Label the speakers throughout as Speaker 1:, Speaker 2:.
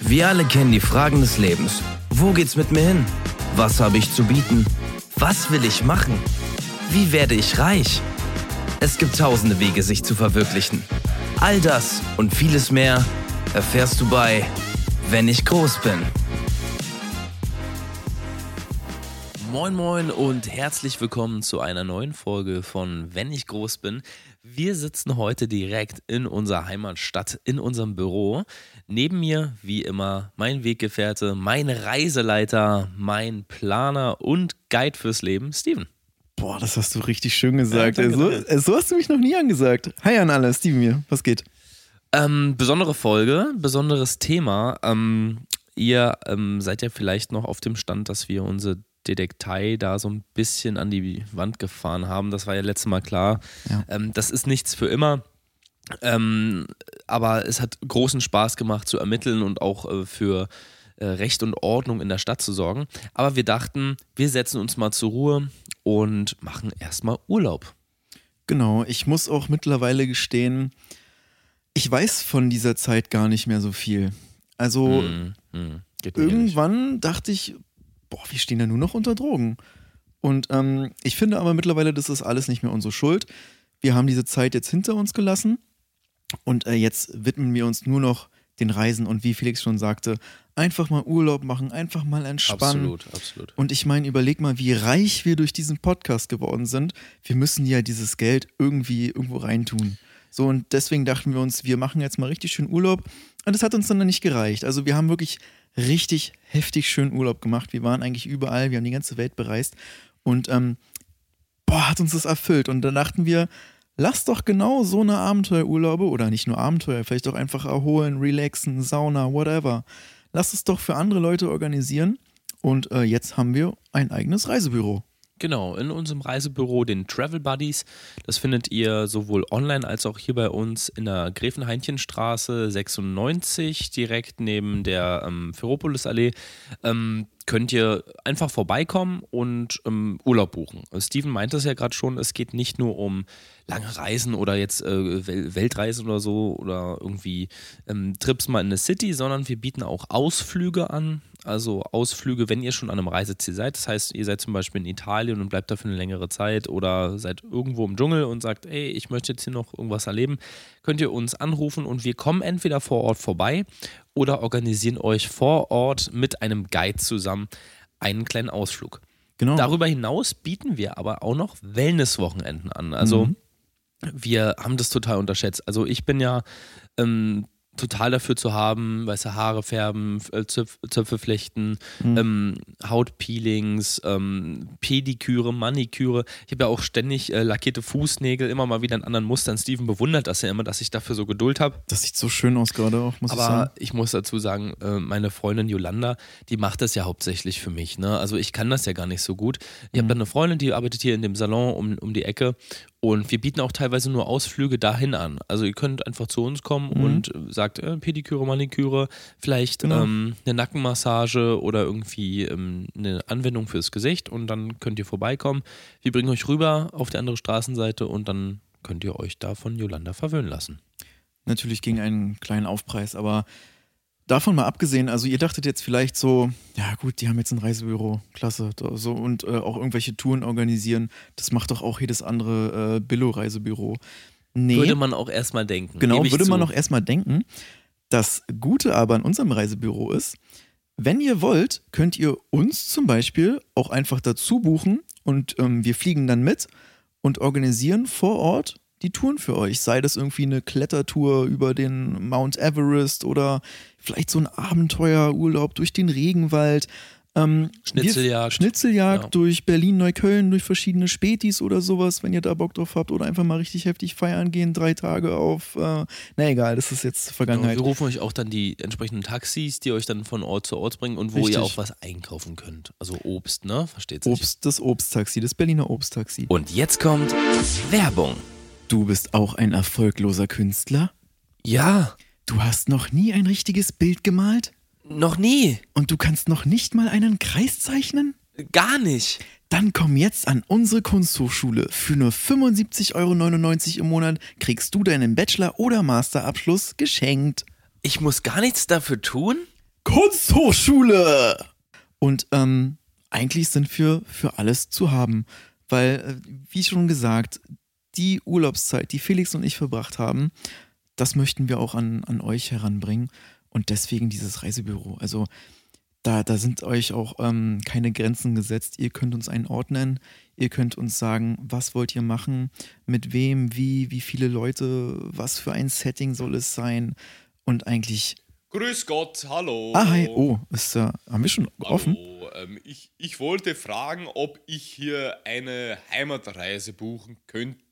Speaker 1: Wir alle kennen die Fragen des Lebens. Wo geht's mit mir hin? Was habe ich zu bieten? Was will ich machen? Wie werde ich reich? Es gibt tausende Wege, sich zu verwirklichen. All das und vieles mehr erfährst du bei Wenn ich groß bin.
Speaker 2: Moin moin und herzlich willkommen zu einer neuen Folge von Wenn ich groß bin. Wir sitzen heute direkt in unserer Heimatstadt, in unserem Büro. Neben mir, wie immer, mein Weggefährte, mein Reiseleiter, mein Planer und Guide fürs Leben, Steven.
Speaker 3: Boah, das hast du richtig schön gesagt.
Speaker 2: Ja,
Speaker 3: ey.
Speaker 2: danke,
Speaker 3: so,
Speaker 2: danke.
Speaker 3: ey, so hast du mich noch nie angesagt. Hi an alle, Steven hier. Was geht?
Speaker 2: Ähm, besondere Folge, besonderes Thema. Ähm, ihr ähm, seid ja vielleicht noch auf dem Stand, dass wir unsere Detektei da so ein bisschen an die Wand gefahren haben. Das war ja letztes Mal klar.
Speaker 3: Ja.
Speaker 2: Ähm, das ist nichts für immer. Ähm, aber es hat großen Spaß gemacht zu ermitteln und auch äh, für äh, Recht und Ordnung in der Stadt zu sorgen. Aber wir dachten, wir setzen uns mal zur Ruhe und machen erstmal Urlaub.
Speaker 3: Genau, ich muss auch mittlerweile gestehen, ich weiß von dieser Zeit gar nicht mehr so viel. Also
Speaker 2: Hm, hm, geht mir ähnlich.
Speaker 3: irgendwann dachte ich, boah, wir stehen ja nur noch unter Drogen. Und ähm, ich finde aber mittlerweile, das ist alles nicht mehr unsere Schuld. Wir haben diese Zeit jetzt hinter uns gelassen und äh, jetzt widmen wir uns nur noch den Reisen und wie Felix schon sagte, einfach mal Urlaub machen, einfach mal entspannen.
Speaker 2: Absolut, absolut.
Speaker 3: Und ich meine, überleg mal, wie reich wir durch diesen Podcast geworden sind. Wir müssen ja dieses Geld irgendwie irgendwo reintun. So, und deswegen dachten wir uns, wir machen jetzt mal richtig schön Urlaub. Und das hat uns dann nicht gereicht. Also wir haben wirklich richtig heftig schön Urlaub gemacht. Wir waren eigentlich überall, wir haben die ganze Welt bereist. Und ähm, boah, hat uns das erfüllt. Und dann dachten wir, lass doch genau so eine Abenteuerurlaube oder nicht nur Abenteuer, vielleicht auch einfach erholen, relaxen, Sauna, whatever. Lass es doch für andere Leute organisieren. Und äh, jetzt haben wir ein eigenes Reisebüro.
Speaker 2: Genau, in unserem Reisebüro, den Travel Buddies. Das findet ihr sowohl online als auch hier bei uns in der Gräfenheinchenstraße 96, direkt neben der ähm, Ferropolis-Allee. Ähm, könnt ihr einfach vorbeikommen und ähm, Urlaub buchen. Steven meint es ja gerade schon, es geht nicht nur um lange Reisen oder jetzt äh, Wel- Weltreisen oder so oder irgendwie ähm, Trips mal in eine City, sondern wir bieten auch Ausflüge an. Also Ausflüge, wenn ihr schon an einem Reiseziel seid. Das heißt, ihr seid zum Beispiel in Italien und bleibt da für eine längere Zeit oder seid irgendwo im Dschungel und sagt, ey, ich möchte jetzt hier noch irgendwas erleben, könnt ihr uns anrufen und wir kommen entweder vor Ort vorbei oder organisieren euch vor Ort mit einem Guide zusammen einen kleinen Ausflug.
Speaker 3: Genau.
Speaker 2: Darüber hinaus bieten wir aber auch noch Wellness-Wochenenden an. Also wir haben das total unterschätzt. Also ich bin ja ähm, total dafür zu haben, weiße Haare färben, F- äh, Zöpf, Zöpfe flechten, ähm, Hautpeelings, ähm, Pediküre, Maniküre. Ich habe ja auch ständig äh, lackierte Fußnägel, immer mal wieder in anderen Mustern. Steven bewundert das ja immer, dass ich dafür so Geduld habe.
Speaker 3: Das sieht so schön aus gerade auch, muss ich sagen.
Speaker 2: Aber ich muss dazu sagen, äh, meine Freundin Yolanda, die macht das ja hauptsächlich für mich. Ne? Also ich kann das ja gar nicht so gut. Ich
Speaker 3: Mhm.
Speaker 2: habe dann eine Freundin, die arbeitet hier in dem Salon um, um die Ecke und wir bieten auch teilweise nur Ausflüge dahin an. Also ihr könnt einfach zu uns kommen und äh, sagt äh, Pediküre, Maniküre, vielleicht
Speaker 3: Mhm. Genau.
Speaker 2: ähm, eine Nackenmassage oder irgendwie ähm, eine Anwendung fürs Gesicht und dann könnt ihr vorbeikommen. Wir bringen euch rüber auf die andere Straßenseite und dann könnt ihr euch da von Yolanda verwöhnen lassen.
Speaker 3: Natürlich gegen einen kleinen Aufpreis, aber davon mal abgesehen, also ihr dachtet jetzt vielleicht so, ja gut, die haben jetzt ein Reisebüro, klasse, da- so und äh, auch irgendwelche Touren organisieren, das macht doch auch jedes andere äh, Billo-Reisebüro. Nee,
Speaker 2: Würde man auch erstmal denken.
Speaker 3: genau,
Speaker 2: Gebe ich
Speaker 3: würde man
Speaker 2: zu.
Speaker 3: auch erstmal denken. Das Gute aber in unserem Reisebüro ist, wenn ihr wollt, könnt ihr uns zum Beispiel auch einfach dazu buchen und ähm, wir fliegen dann mit und organisieren vor Ort die Touren für euch. Sei das irgendwie eine Klettertour über den Mount Everest oder vielleicht so ein Abenteuerurlaub durch den Regenwald. Ähm, wir-
Speaker 2: Schnitzeljagd.
Speaker 3: Schnitzeljagd
Speaker 2: Ja.
Speaker 3: durch Berlin, Neukölln, durch verschiedene Spätis oder sowas, wenn ihr da Bock drauf habt. Oder einfach mal richtig heftig feiern gehen, drei Tage auf. Äh, na egal, das ist jetzt
Speaker 2: Genau,
Speaker 3: Vergangenheit.
Speaker 2: wir rufen euch auch dann die entsprechenden Taxis, die euch dann von Ort zu Ort bringen und wo
Speaker 3: Richtig.
Speaker 2: ihr auch was einkaufen könnt. Also Obst, ne? Versteht's sich.
Speaker 3: Obst, das Obsttaxi, das Berliner Obsttaxi.
Speaker 2: Und jetzt kommt Werbung.
Speaker 3: Du bist auch ein erfolgloser Künstler?
Speaker 2: Ja,
Speaker 3: Du hast noch nie ein richtiges Bild gemalt?
Speaker 2: noch nie.
Speaker 3: Und du kannst noch nicht mal einen Kreis zeichnen?
Speaker 2: Gar nicht.
Speaker 3: Dann komm jetzt an unsere Kunsthochschule. Für nur 75,99 Euro im Monat kriegst du deinen Bachelor- oder Masterabschluss geschenkt.
Speaker 2: Ich muss gar nichts dafür tun?
Speaker 3: Kunsthochschule! Und ähm, eigentlich sind wir für alles zu haben, weil, äh, wie schon gesagt, die Urlaubszeit, die Felix und ich verbracht haben, das möchten wir auch an, an euch heranbringen und deswegen dieses Reisebüro. Also da, da sind euch auch ähm, keine Grenzen gesetzt. Ihr könnt uns einen Ort nennen, ihr könnt uns sagen, was wollt ihr machen, mit wem, wie, wie viele Leute, was für ein Setting soll es sein und eigentlich
Speaker 4: Grüß Gott, hallo.
Speaker 3: Ah, hi, oh, ist, äh, haben wir schon offen?
Speaker 4: Hallo, ähm, ich, ich wollte fragen, ob ich hier eine Heimatreise buchen könnte.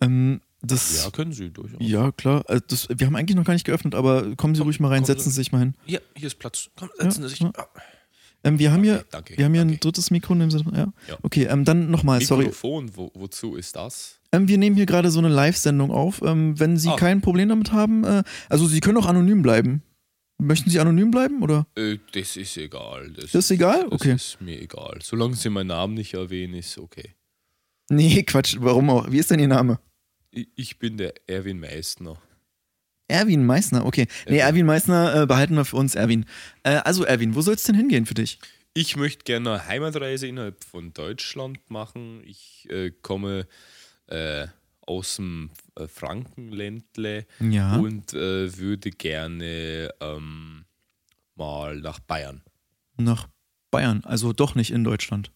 Speaker 3: Ähm, das,
Speaker 2: Ja, können Sie durchaus.
Speaker 3: ja. klar. Also das, wir haben eigentlich noch gar nicht geöffnet, aber kommen Sie ruhig mal rein,
Speaker 2: komm,
Speaker 3: setzen Sie sich mal hin.
Speaker 2: Hier, hier ist Platz. Komm, setzen Sie sich. Ah.
Speaker 3: ja. Hm. Ähm, wir haben hier,
Speaker 4: danke,
Speaker 3: wir haben hier ein
Speaker 4: danke.
Speaker 3: drittes Mikro. Neben, ja.
Speaker 4: Ja.
Speaker 3: Okay, ähm, dann nochmal, sorry.
Speaker 4: Mikrofon, wo, wozu ist das?
Speaker 3: Ähm, wir nehmen hier gerade so eine Live-Sendung auf. Ähm, wenn Sie
Speaker 4: Ah.
Speaker 3: kein Problem damit haben, äh, also Sie können auch anonym bleiben. Möchten Sie anonym bleiben oder?
Speaker 4: Äh, das ist egal. Das,
Speaker 3: Das ist egal?
Speaker 4: das
Speaker 3: Okay.
Speaker 4: ist mir egal. Solange Sie meinen Namen nicht erwähnen, ist okay.
Speaker 3: Nee, Quatsch, warum auch? Wie ist denn Ihr Name?
Speaker 4: Ich, ich bin der Erwin Meissner.
Speaker 3: Erwin Meißner, okay. Nee,
Speaker 4: Erwin.
Speaker 3: Erwin Meißner äh, behalten wir für uns, Erwin. Äh, also, Erwin, wo soll es denn hingehen für dich?
Speaker 4: Ich möchte gerne eine Heimatreise innerhalb von Deutschland machen. Ich äh, komme äh, aus dem äh, Frankenländle
Speaker 3: Ja.
Speaker 4: und äh, würde gerne ähm, mal nach Bayern.
Speaker 3: Nach Bayern, also doch nicht in Deutschland.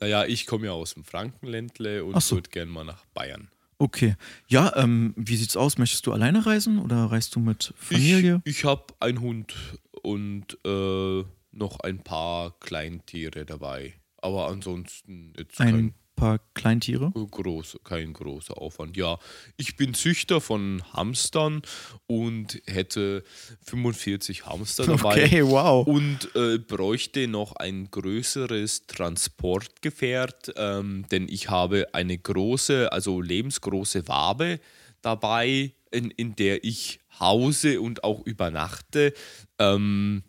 Speaker 4: Naja, ich komme ja aus dem Frankenländle und
Speaker 3: Ach so.
Speaker 4: würde gerne mal nach Bayern.
Speaker 3: Okay. Ja, ähm, wie sieht's aus? Möchtest du alleine reisen oder reist du mit Familie?
Speaker 4: Ich, ich habe einen Hund und äh, noch ein paar Kleintiere dabei. Aber ansonsten jetzt
Speaker 3: Ein paar Kleintiere?
Speaker 4: kein, Äh, groß, kein großer Aufwand. Ja, ich bin Züchter von Hamstern und hätte 45 Hamster dabei.
Speaker 3: Okay, wow.
Speaker 4: Und äh, bräuchte noch ein größeres Transportgefährt, ähm, denn ich habe eine große, also lebensgroße Wabe dabei, in, in der ich hause und auch übernachte. Ähm,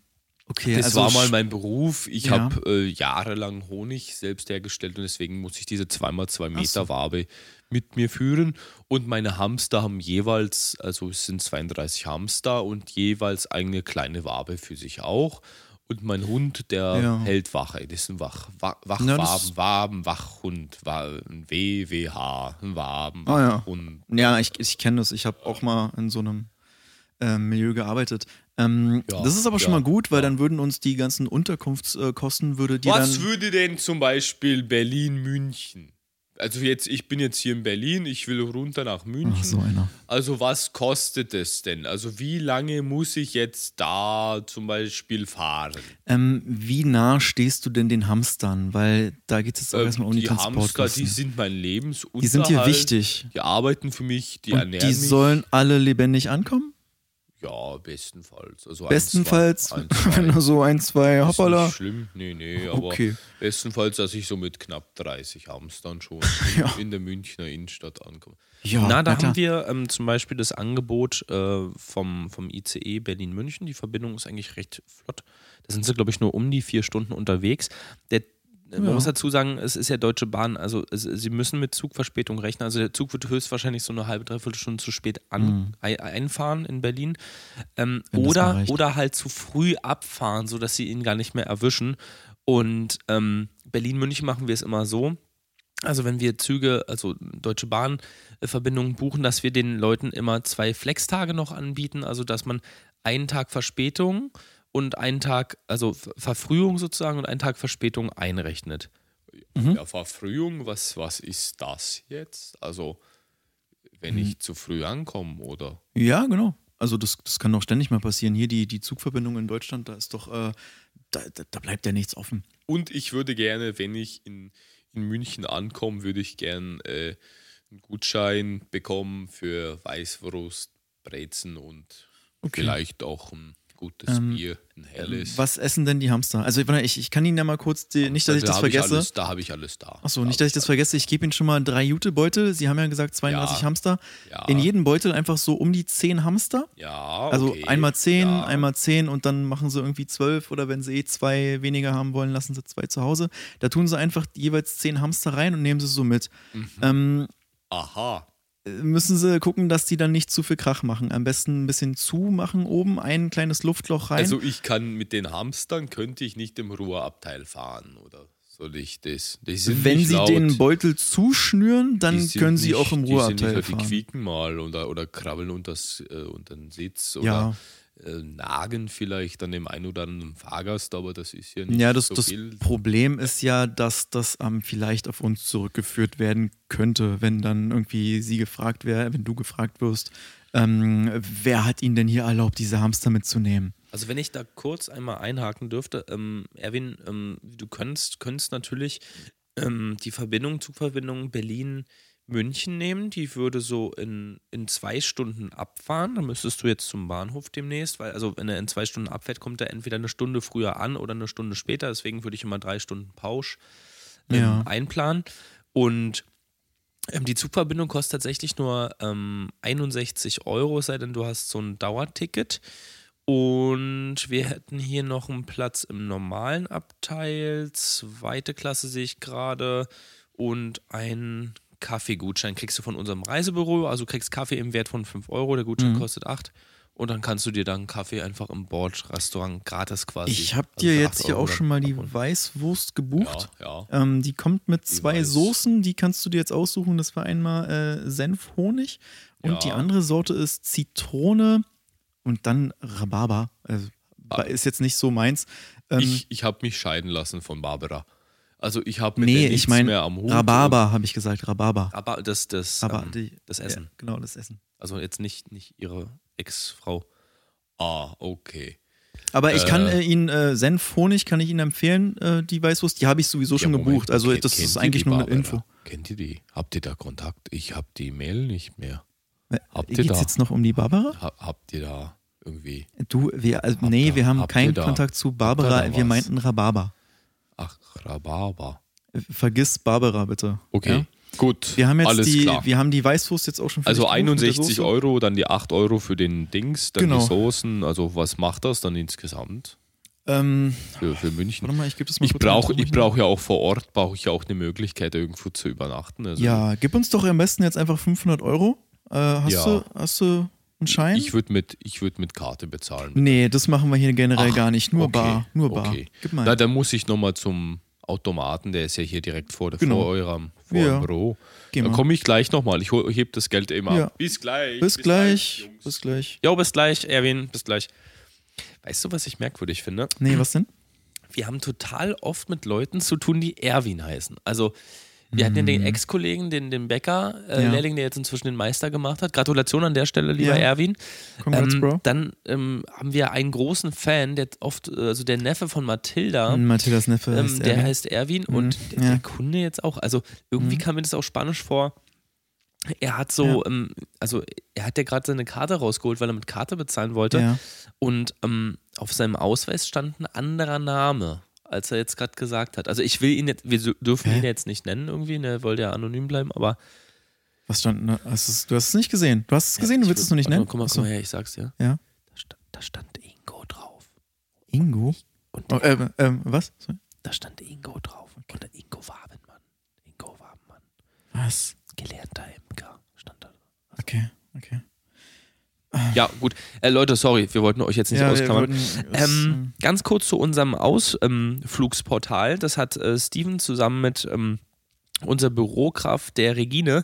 Speaker 3: Okay,
Speaker 4: das
Speaker 3: also
Speaker 4: war mal mein Beruf. Ich
Speaker 3: Ja.
Speaker 4: habe äh, jahrelang Honig selbst hergestellt und deswegen muss ich diese 2x2 Meter
Speaker 3: so.
Speaker 4: Wabe mit mir führen. Und meine Hamster haben jeweils, also es sind 32 Hamster und jeweils eine kleine Wabe für sich auch. Und mein Hund, der
Speaker 3: Ja.
Speaker 4: hält Wache. Das ist ein Wach, Wach,
Speaker 3: Na,
Speaker 4: Wachwaben,
Speaker 3: das-
Speaker 4: Waben, Wachhund, Wa- ein WWH, ein Waben,
Speaker 3: Ah, ja.
Speaker 4: Wachhund.
Speaker 3: Ja, ich, ich kenne das. Ich habe auch mal in so einem ähm, Milieu gearbeitet. Ähm,
Speaker 4: Ja,
Speaker 3: das ist aber schon
Speaker 4: ja,
Speaker 3: mal gut, weil dann würden uns die ganzen Unterkunftskosten, würde die
Speaker 4: Was
Speaker 3: dann...
Speaker 4: würde denn zum Beispiel Berlin, München? Also jetzt, ich bin jetzt hier in Berlin, ich will runter nach München.
Speaker 3: Ach, so einer.
Speaker 4: Also was kostet es denn? Also wie lange muss ich jetzt da zum Beispiel fahren?
Speaker 3: Ähm, wie nah stehst du denn den Hamstern? Weil da geht es jetzt auch erstmal um die,
Speaker 4: Ähm, die Hamster, die
Speaker 3: Transportkosten.
Speaker 4: sind mein Lebensunterhalt.
Speaker 3: Die sind dir wichtig.
Speaker 4: Die arbeiten für mich, die
Speaker 3: Und
Speaker 4: ernähren
Speaker 3: die
Speaker 4: mich.
Speaker 3: sollen alle lebendig ankommen?
Speaker 4: ja, bestenfalls. Also ein,
Speaker 3: Bestenfalls,
Speaker 4: zwei, ein, zwei.
Speaker 3: wenn du so ein, zwei,
Speaker 4: Ist
Speaker 3: hoppala.
Speaker 4: Nicht schlimm, nee, nee, aber
Speaker 3: Okay.
Speaker 4: bestenfalls, dass ich so mit knapp 30 Hamstern schon in der Münchner Innenstadt ankomme.
Speaker 3: Ja,
Speaker 2: Na, da
Speaker 3: klar.
Speaker 2: haben wir ähm, zum Beispiel das Angebot äh, vom, vom ICE Berlin-München. Die Verbindung ist eigentlich recht flott. Da sind sie, glaube ich, nur um die vier Stunden unterwegs. Der, äh, Man muss dazu sagen, es ist ja Deutsche Bahn. Also es, sie müssen mit Zugverspätung rechnen. Also der Zug wird höchstwahrscheinlich so eine halbe, dreiviertel Stunde zu spät
Speaker 3: Mhm.
Speaker 2: an, ei- einfahren in Berlin. Ähm,
Speaker 3: Wenn das mal
Speaker 2: oder,
Speaker 3: reicht.
Speaker 2: oder halt zu früh abfahren, sodass sie ihn gar nicht mehr erwischen. Und ähm, Berlin-München machen wir es immer so, also wenn wir Züge, also Deutsche Bahn äh, Verbindungen buchen, dass wir den Leuten immer zwei Flextage noch anbieten, also dass man einen Tag Verspätung und einen Tag, also Ver- Verfrühung sozusagen und einen Tag Verspätung einrechnet.
Speaker 4: Ja, Verfrühung, was, was ist das jetzt? Also, wenn
Speaker 3: Mhm.
Speaker 4: ich zu früh ankomme, oder?
Speaker 3: Ja, genau. Also das, das kann doch ständig mal passieren. Hier die, die Zugverbindung in Deutschland, da ist doch, äh, da, da, da bleibt ja nichts offen.
Speaker 4: Und ich würde gerne, wenn ich in, in München ankomme, würde ich gern äh, einen Gutschein bekommen für Weißwurst, Brezen und
Speaker 3: Okay.
Speaker 4: vielleicht auch ein gutes
Speaker 3: Ähm,
Speaker 4: Bier, ein helles.
Speaker 3: Was essen denn die Hamster? Also warte, ich, ich kann Ihnen ja mal kurz, die, nicht, dass ich
Speaker 4: Also
Speaker 3: das
Speaker 4: hab
Speaker 3: vergesse.
Speaker 4: alles, da habe ich alles da.
Speaker 3: Achso,
Speaker 4: Da
Speaker 3: nicht,
Speaker 4: hab
Speaker 3: dass ich das vergesse. Ich gebe Ihnen schon mal drei Jutebeutel. Sie haben ja gesagt 32
Speaker 4: Ja.
Speaker 3: Hamster.
Speaker 4: Ja.
Speaker 3: In jedem Beutel einfach so um die 10 Hamster.
Speaker 4: Ja,
Speaker 3: Also
Speaker 4: okay.
Speaker 3: einmal 10,
Speaker 4: ja.
Speaker 3: einmal 10 und dann machen sie irgendwie 12 oder wenn sie eh zwei weniger haben wollen, lassen sie zwei zu Hause.
Speaker 4: Mhm.
Speaker 3: Da tun sie einfach jeweils 10 Hamster rein und nehmen sie so mit. Ähm,
Speaker 4: Aha.
Speaker 3: müssen sie gucken, dass die dann nicht zu viel Krach machen. Am besten ein bisschen zumachen oben, ein kleines Luftloch rein.
Speaker 4: Also ich kann mit den Hamstern, könnte ich nicht im Ruheabteil fahren oder soll ich das? Die sind
Speaker 3: Wenn
Speaker 4: nicht
Speaker 3: sie
Speaker 4: laut.
Speaker 3: den Beutel zuschnüren,
Speaker 4: Die
Speaker 3: dann
Speaker 4: sind
Speaker 3: können sie
Speaker 4: nicht-
Speaker 3: auch im
Speaker 4: Die, sind
Speaker 3: Ruheabteil
Speaker 4: nicht, die
Speaker 3: fahren.
Speaker 4: quieken mal oder, oder krabbeln unters, äh, unter den Sitz
Speaker 3: Ja.
Speaker 4: oder äh, nagen vielleicht an dem einen oder anderen Fahrgast, aber das ist ja nicht
Speaker 3: Ja, das,
Speaker 4: so
Speaker 3: das
Speaker 4: viel.
Speaker 3: Problem ist ja, dass das ähm, vielleicht auf uns zurückgeführt werden könnte, wenn dann irgendwie sie gefragt wäre, wenn du gefragt wirst, ähm, wer hat ihnen denn hier erlaubt, diese Hamster mitzunehmen?
Speaker 2: Also wenn ich da kurz einmal einhaken dürfte, ähm, Erwin, ähm, du könntest, könntest natürlich ähm, die Verbindung, Zugverbindung Berlin-München nehmen. Die würde so in, in zwei Stunden abfahren. Dann müsstest du jetzt zum Bahnhof demnächst, weil also wenn er in zwei Stunden abfährt, kommt er entweder eine Stunde früher an oder eine Stunde später. Deswegen würde ich immer drei Stunden Pausch ähm,
Speaker 3: Ja.
Speaker 2: einplanen. Und ähm, die Zugverbindung kostet tatsächlich nur ähm, 61 Euro, es sei denn du hast so ein Dauerticket. Und wir hätten hier noch einen Platz im normalen Abteil, zweite Klasse sehe ich gerade, und einen Kaffeegutschein kriegst du von unserem Reisebüro. Also du kriegst Kaffee im Wert von 5 Euro, der Gutschein
Speaker 3: Mhm.
Speaker 2: kostet 8. Und dann kannst du dir dann Kaffee einfach im Bordrestaurant gratis quasi.
Speaker 3: Ich habe
Speaker 2: also
Speaker 3: dir
Speaker 2: für
Speaker 3: jetzt
Speaker 2: 8
Speaker 3: hier
Speaker 2: Euro
Speaker 3: auch schon mal die
Speaker 2: abholen.
Speaker 3: Weißwurst gebucht.
Speaker 4: Ja,
Speaker 3: Ähm, die kommt mit zwei
Speaker 4: weiß.
Speaker 3: Soßen, die kannst du dir jetzt aussuchen. Das war einmal äh, Senfhonig und
Speaker 4: Ja.
Speaker 3: die andere Sorte ist Zitrone und dann Rhabarber. Also, ist jetzt nicht so meins. Ähm,
Speaker 4: Ich, ich habe mich scheiden lassen von Barbara. Also ich habe mit
Speaker 3: nee,
Speaker 4: der nichts
Speaker 3: ich meine
Speaker 4: mehr am Hut.
Speaker 3: Rhabarber, habe ich gesagt, Rhabarber.
Speaker 2: Aber das, das,
Speaker 3: Aber
Speaker 2: ähm,
Speaker 3: die-
Speaker 2: das Essen.
Speaker 3: Ja, genau, das Essen.
Speaker 2: Also jetzt nicht, nicht ihre Ex-Frau.
Speaker 4: Und, ah, okay.
Speaker 3: Aber ich
Speaker 4: Äh,
Speaker 3: kann äh, Ihnen äh, Senf, Honig kann ich Ihnen empfehlen, äh, die Weißwurst. Die habe ich sowieso schon
Speaker 4: Ja, Moment,
Speaker 3: gebucht. Also
Speaker 4: kennt-
Speaker 3: das
Speaker 4: kennt
Speaker 3: ist
Speaker 4: ihr
Speaker 3: eigentlich
Speaker 4: die
Speaker 3: nur eine
Speaker 4: Barbara?
Speaker 3: Info.
Speaker 4: Kennt ihr die? Habt ihr da Kontakt? Ich habe die Mail nicht mehr. Habt ihr
Speaker 3: Geht es
Speaker 4: da-
Speaker 3: jetzt noch um die Barbara?
Speaker 4: Ha, habt ihr da irgendwie?
Speaker 3: Du, wir, also, nee,
Speaker 4: ihr-
Speaker 3: wir haben
Speaker 4: habt ihr
Speaker 3: keinen
Speaker 4: da-
Speaker 3: Kontakt zu
Speaker 4: ihr
Speaker 3: Barbara.
Speaker 4: da
Speaker 3: wir
Speaker 4: was?
Speaker 3: meinten Rhabarber.
Speaker 4: Ach, Rhabarber.
Speaker 3: Äh, Vergiss Barbara bitte.
Speaker 4: Okay,
Speaker 3: Ja?
Speaker 4: gut.
Speaker 3: Wir haben jetzt
Speaker 4: Alles
Speaker 3: die,
Speaker 4: klar.
Speaker 3: wir haben die Weißwurst jetzt auch schon. für
Speaker 4: also
Speaker 3: dich gebucht mit der
Speaker 4: 61
Speaker 3: Soße.
Speaker 4: Euro, dann die 8 Euro für den Dings, dann
Speaker 3: Genau.
Speaker 4: die Soßen. Also was macht das dann insgesamt
Speaker 3: Ähm,
Speaker 4: für, für München?
Speaker 3: warte mal, ich gebe das mal
Speaker 4: Ich
Speaker 3: kurz in
Speaker 4: brauche
Speaker 3: den
Speaker 4: ich brauch ja auch vor Ort, brauche ich ja auch eine Möglichkeit, irgendwo zu übernachten. Also
Speaker 3: Ja, gib uns doch am besten jetzt einfach 500 Euro. Äh, hast,
Speaker 4: Ja.
Speaker 3: du, hast du einen Schein?
Speaker 4: Ich würde mit, ich würd mit Karte bezahlen.
Speaker 3: nee, das machen wir hier generell
Speaker 4: Ach,
Speaker 3: gar nicht. Nur
Speaker 4: okay,
Speaker 3: bar. Nur bar.
Speaker 4: Okay.
Speaker 3: Gib mal.
Speaker 4: Na, dann muss ich nochmal zum Automaten, der ist ja hier direkt vor,
Speaker 3: Genau.
Speaker 4: vor eurem vor
Speaker 3: Ja.
Speaker 4: eurem Büro.
Speaker 3: Geh
Speaker 4: Dann
Speaker 3: mal.
Speaker 4: komme ich gleich nochmal. Ich hol- heb das Geld immer
Speaker 3: Ja.
Speaker 4: ab. Bis gleich.
Speaker 3: bis gleich. Bis gleich.
Speaker 2: Jo, bis gleich, Erwin, bis gleich. Weißt du, was ich merkwürdig finde?
Speaker 3: Nee, was denn?
Speaker 2: Wir haben total oft mit Leuten zu tun, die Erwin heißen. Also, wir hatten ja den Ex-Kollegen, den, den Bäcker, äh,
Speaker 3: Mhm. Ja.
Speaker 2: Lehrling, der jetzt inzwischen den Meister gemacht hat. Gratulation an der Stelle, lieber
Speaker 3: Ja.
Speaker 2: Erwin.
Speaker 3: Congrats,
Speaker 2: ähm,
Speaker 3: Bro.
Speaker 2: Dann ähm, haben wir einen großen Fan, der oft, äh, also der Neffe von Mathilda.
Speaker 3: Matthias Neffe.
Speaker 2: Ähm,
Speaker 3: heißt ne?
Speaker 2: der
Speaker 3: Hm. Erwin. Hm.
Speaker 2: heißt Erwin und der,
Speaker 3: ja. Hm.
Speaker 2: der Kunde jetzt auch. Also irgendwie kam mir das auch spanisch vor. Er hat so, ähm, also er hat ja gerade seine Karte rausgeholt, weil er mit Karte bezahlen wollte.
Speaker 3: Ja.
Speaker 2: Und ähm, auf seinem Ausweis stand ein anderer Name, als er jetzt gerade gesagt hat. Also ich will ihn jetzt, wir so- dürfen
Speaker 3: Hä?
Speaker 2: ihn jetzt nicht nennen irgendwie, ne, wollte ja anonym bleiben, aber.
Speaker 3: Was stand denn da? Hast du's- Du hast es nicht gesehen. Du hast es gesehen, du
Speaker 2: Ich
Speaker 3: willst
Speaker 2: will-
Speaker 3: es noch nicht
Speaker 2: warte mal,
Speaker 3: nennen?
Speaker 2: Guck mal,
Speaker 3: Achso.
Speaker 2: guck mal her, ich sag's dir.
Speaker 3: Ja.
Speaker 2: Da stand, da stand Ingo drauf.
Speaker 3: Ingo?
Speaker 2: Und
Speaker 3: Oh,
Speaker 2: der,
Speaker 3: ähm, ähm, was? Sorry.
Speaker 2: da stand Ingo drauf. Und der Ingo Wabenmann. Ingo Wabenmann.
Speaker 3: Was?
Speaker 2: Gelernter Imker stand da.
Speaker 3: Okay, okay.
Speaker 2: Ja, gut. Äh, Leute, sorry, wir wollten euch jetzt nicht
Speaker 3: wir
Speaker 2: ausklammern.
Speaker 3: wollten-
Speaker 2: Ähm, ganz kurz zu unserem Ausflugsportal. das hat äh, Steven zusammen mit ähm, unserer Bürokraft, der Regine,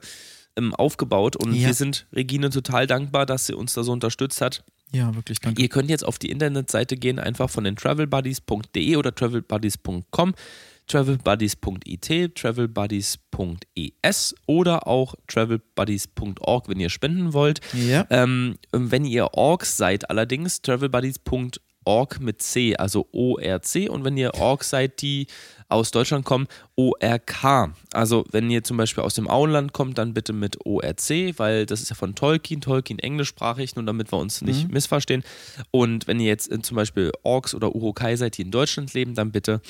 Speaker 2: ähm, aufgebaut. Und
Speaker 3: Ja.
Speaker 2: wir sind Regine total dankbar, dass sie uns da so unterstützt hat.
Speaker 3: ja, wirklich, danke.
Speaker 2: Ihr könnt jetzt auf die Internetseite gehen, einfach von den travelbuddies.de oder travelbuddies.com, travelbuddies.it, travelbuddies.es oder auch travelbuddies.org, wenn ihr spenden wollt.
Speaker 3: Ja.
Speaker 2: Ähm, wenn ihr Orgs seid, allerdings travelbuddies.org mit C, also ORC. Und wenn ihr Orgs seid, die aus Deutschland kommen, ORK. Also wenn ihr zum Beispiel aus dem Auenland kommt, dann bitte mit ORC, weil das ist ja von Tolkien, Tolkien englischsprachig, nur damit wir uns nicht missverstehen. Und wenn ihr jetzt äh, zum Beispiel Orks oder Urukai seid, die in Deutschland leben, dann bitte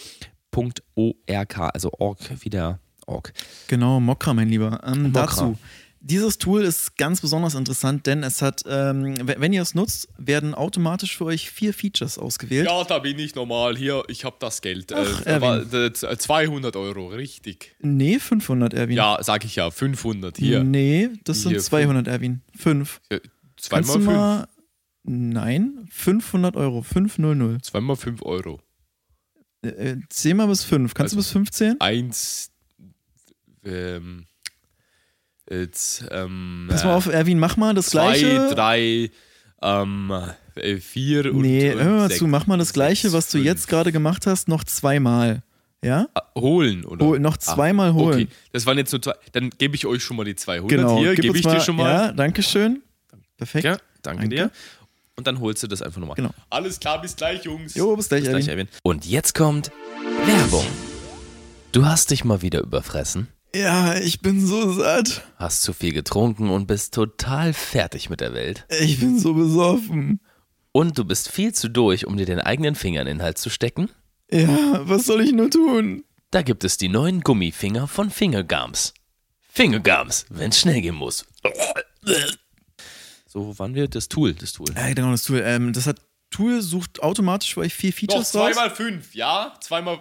Speaker 2: .ork, also Org wieder Org.
Speaker 3: Genau, Mokka, mein Lieber. Ähm,
Speaker 2: Mokka.
Speaker 3: Dazu, Dieses Tool ist ganz besonders interessant, denn es hat, ähm, w- wenn ihr es nutzt, werden automatisch für euch vier Features ausgewählt.
Speaker 4: Ja, da bin ich normal. Hier, ich habe das Geld.
Speaker 3: Ach,
Speaker 4: äh, aber, äh, 200 Euro, richtig.
Speaker 3: Nee, 500 Erwin.
Speaker 4: Ja, sag ich ja, 500 hier.
Speaker 3: Nee, das sind
Speaker 4: Hier,
Speaker 3: 200 Erwin. Fünf.
Speaker 4: Hier,
Speaker 3: Kannst du
Speaker 4: Zweimal fünf.
Speaker 3: mal. Nein, 500 Euro. 500.
Speaker 4: Zweimal fünf
Speaker 3: Äh,
Speaker 4: Euro.
Speaker 3: Äh, zähl mal bis 5. Kannst du
Speaker 4: Also-
Speaker 3: bis 15?
Speaker 4: Eins. Ähm. Jetzt, ähm.
Speaker 3: Pass mal auf, Erwin, mach mal das
Speaker 4: zwei,
Speaker 3: gleiche.
Speaker 4: drei, ähm, äh, vier und.
Speaker 3: nee,
Speaker 4: und
Speaker 3: hör mal
Speaker 4: sechs,
Speaker 3: zu, mach mal das gleiche, was du
Speaker 4: fünf.
Speaker 3: jetzt gerade gemacht hast, noch zweimal. Ja?
Speaker 4: Ah, Holen, oder?
Speaker 3: Hol, noch zweimal
Speaker 4: Ah,
Speaker 3: holen.
Speaker 4: Okay, das waren jetzt nur zwei. Dann gebe ich euch schon mal die 200.
Speaker 3: Genau.
Speaker 4: Hier,
Speaker 3: Gib
Speaker 4: gebe
Speaker 3: uns
Speaker 4: ich dir schon mal.
Speaker 3: Ja, danke schön. Perfekt.
Speaker 2: Ja, danke,
Speaker 3: Danke.
Speaker 2: dir. Und dann holst du das einfach nochmal.
Speaker 3: Genau.
Speaker 4: Alles klar, bis gleich, Jungs.
Speaker 3: Jo, bis gleich,
Speaker 2: Bis gleich,
Speaker 3: Erwin.
Speaker 2: Erwin. Und jetzt kommt Werbung. Du hast dich mal wieder überfressen,
Speaker 3: Ja, ich bin so satt.
Speaker 2: hast zu viel getrunken und bist total fertig mit der Welt.
Speaker 3: Ich bin so besoffen.
Speaker 2: Und du bist viel zu durch, um dir den eigenen Finger in den Hals zu stecken?
Speaker 3: Ja, was soll ich nur tun?
Speaker 2: Da gibt es die neuen Gummifinger von Fingergums. Fingergums, wenn's schnell gehen muss. So, wo waren wir? Das Tool, das Tool.
Speaker 3: Ja, genau, das Tool. Ähm, das hat Tool sucht automatisch für euch vier
Speaker 4: Noch
Speaker 3: Features raus.
Speaker 4: zweimal fünf, ja? Zweimal.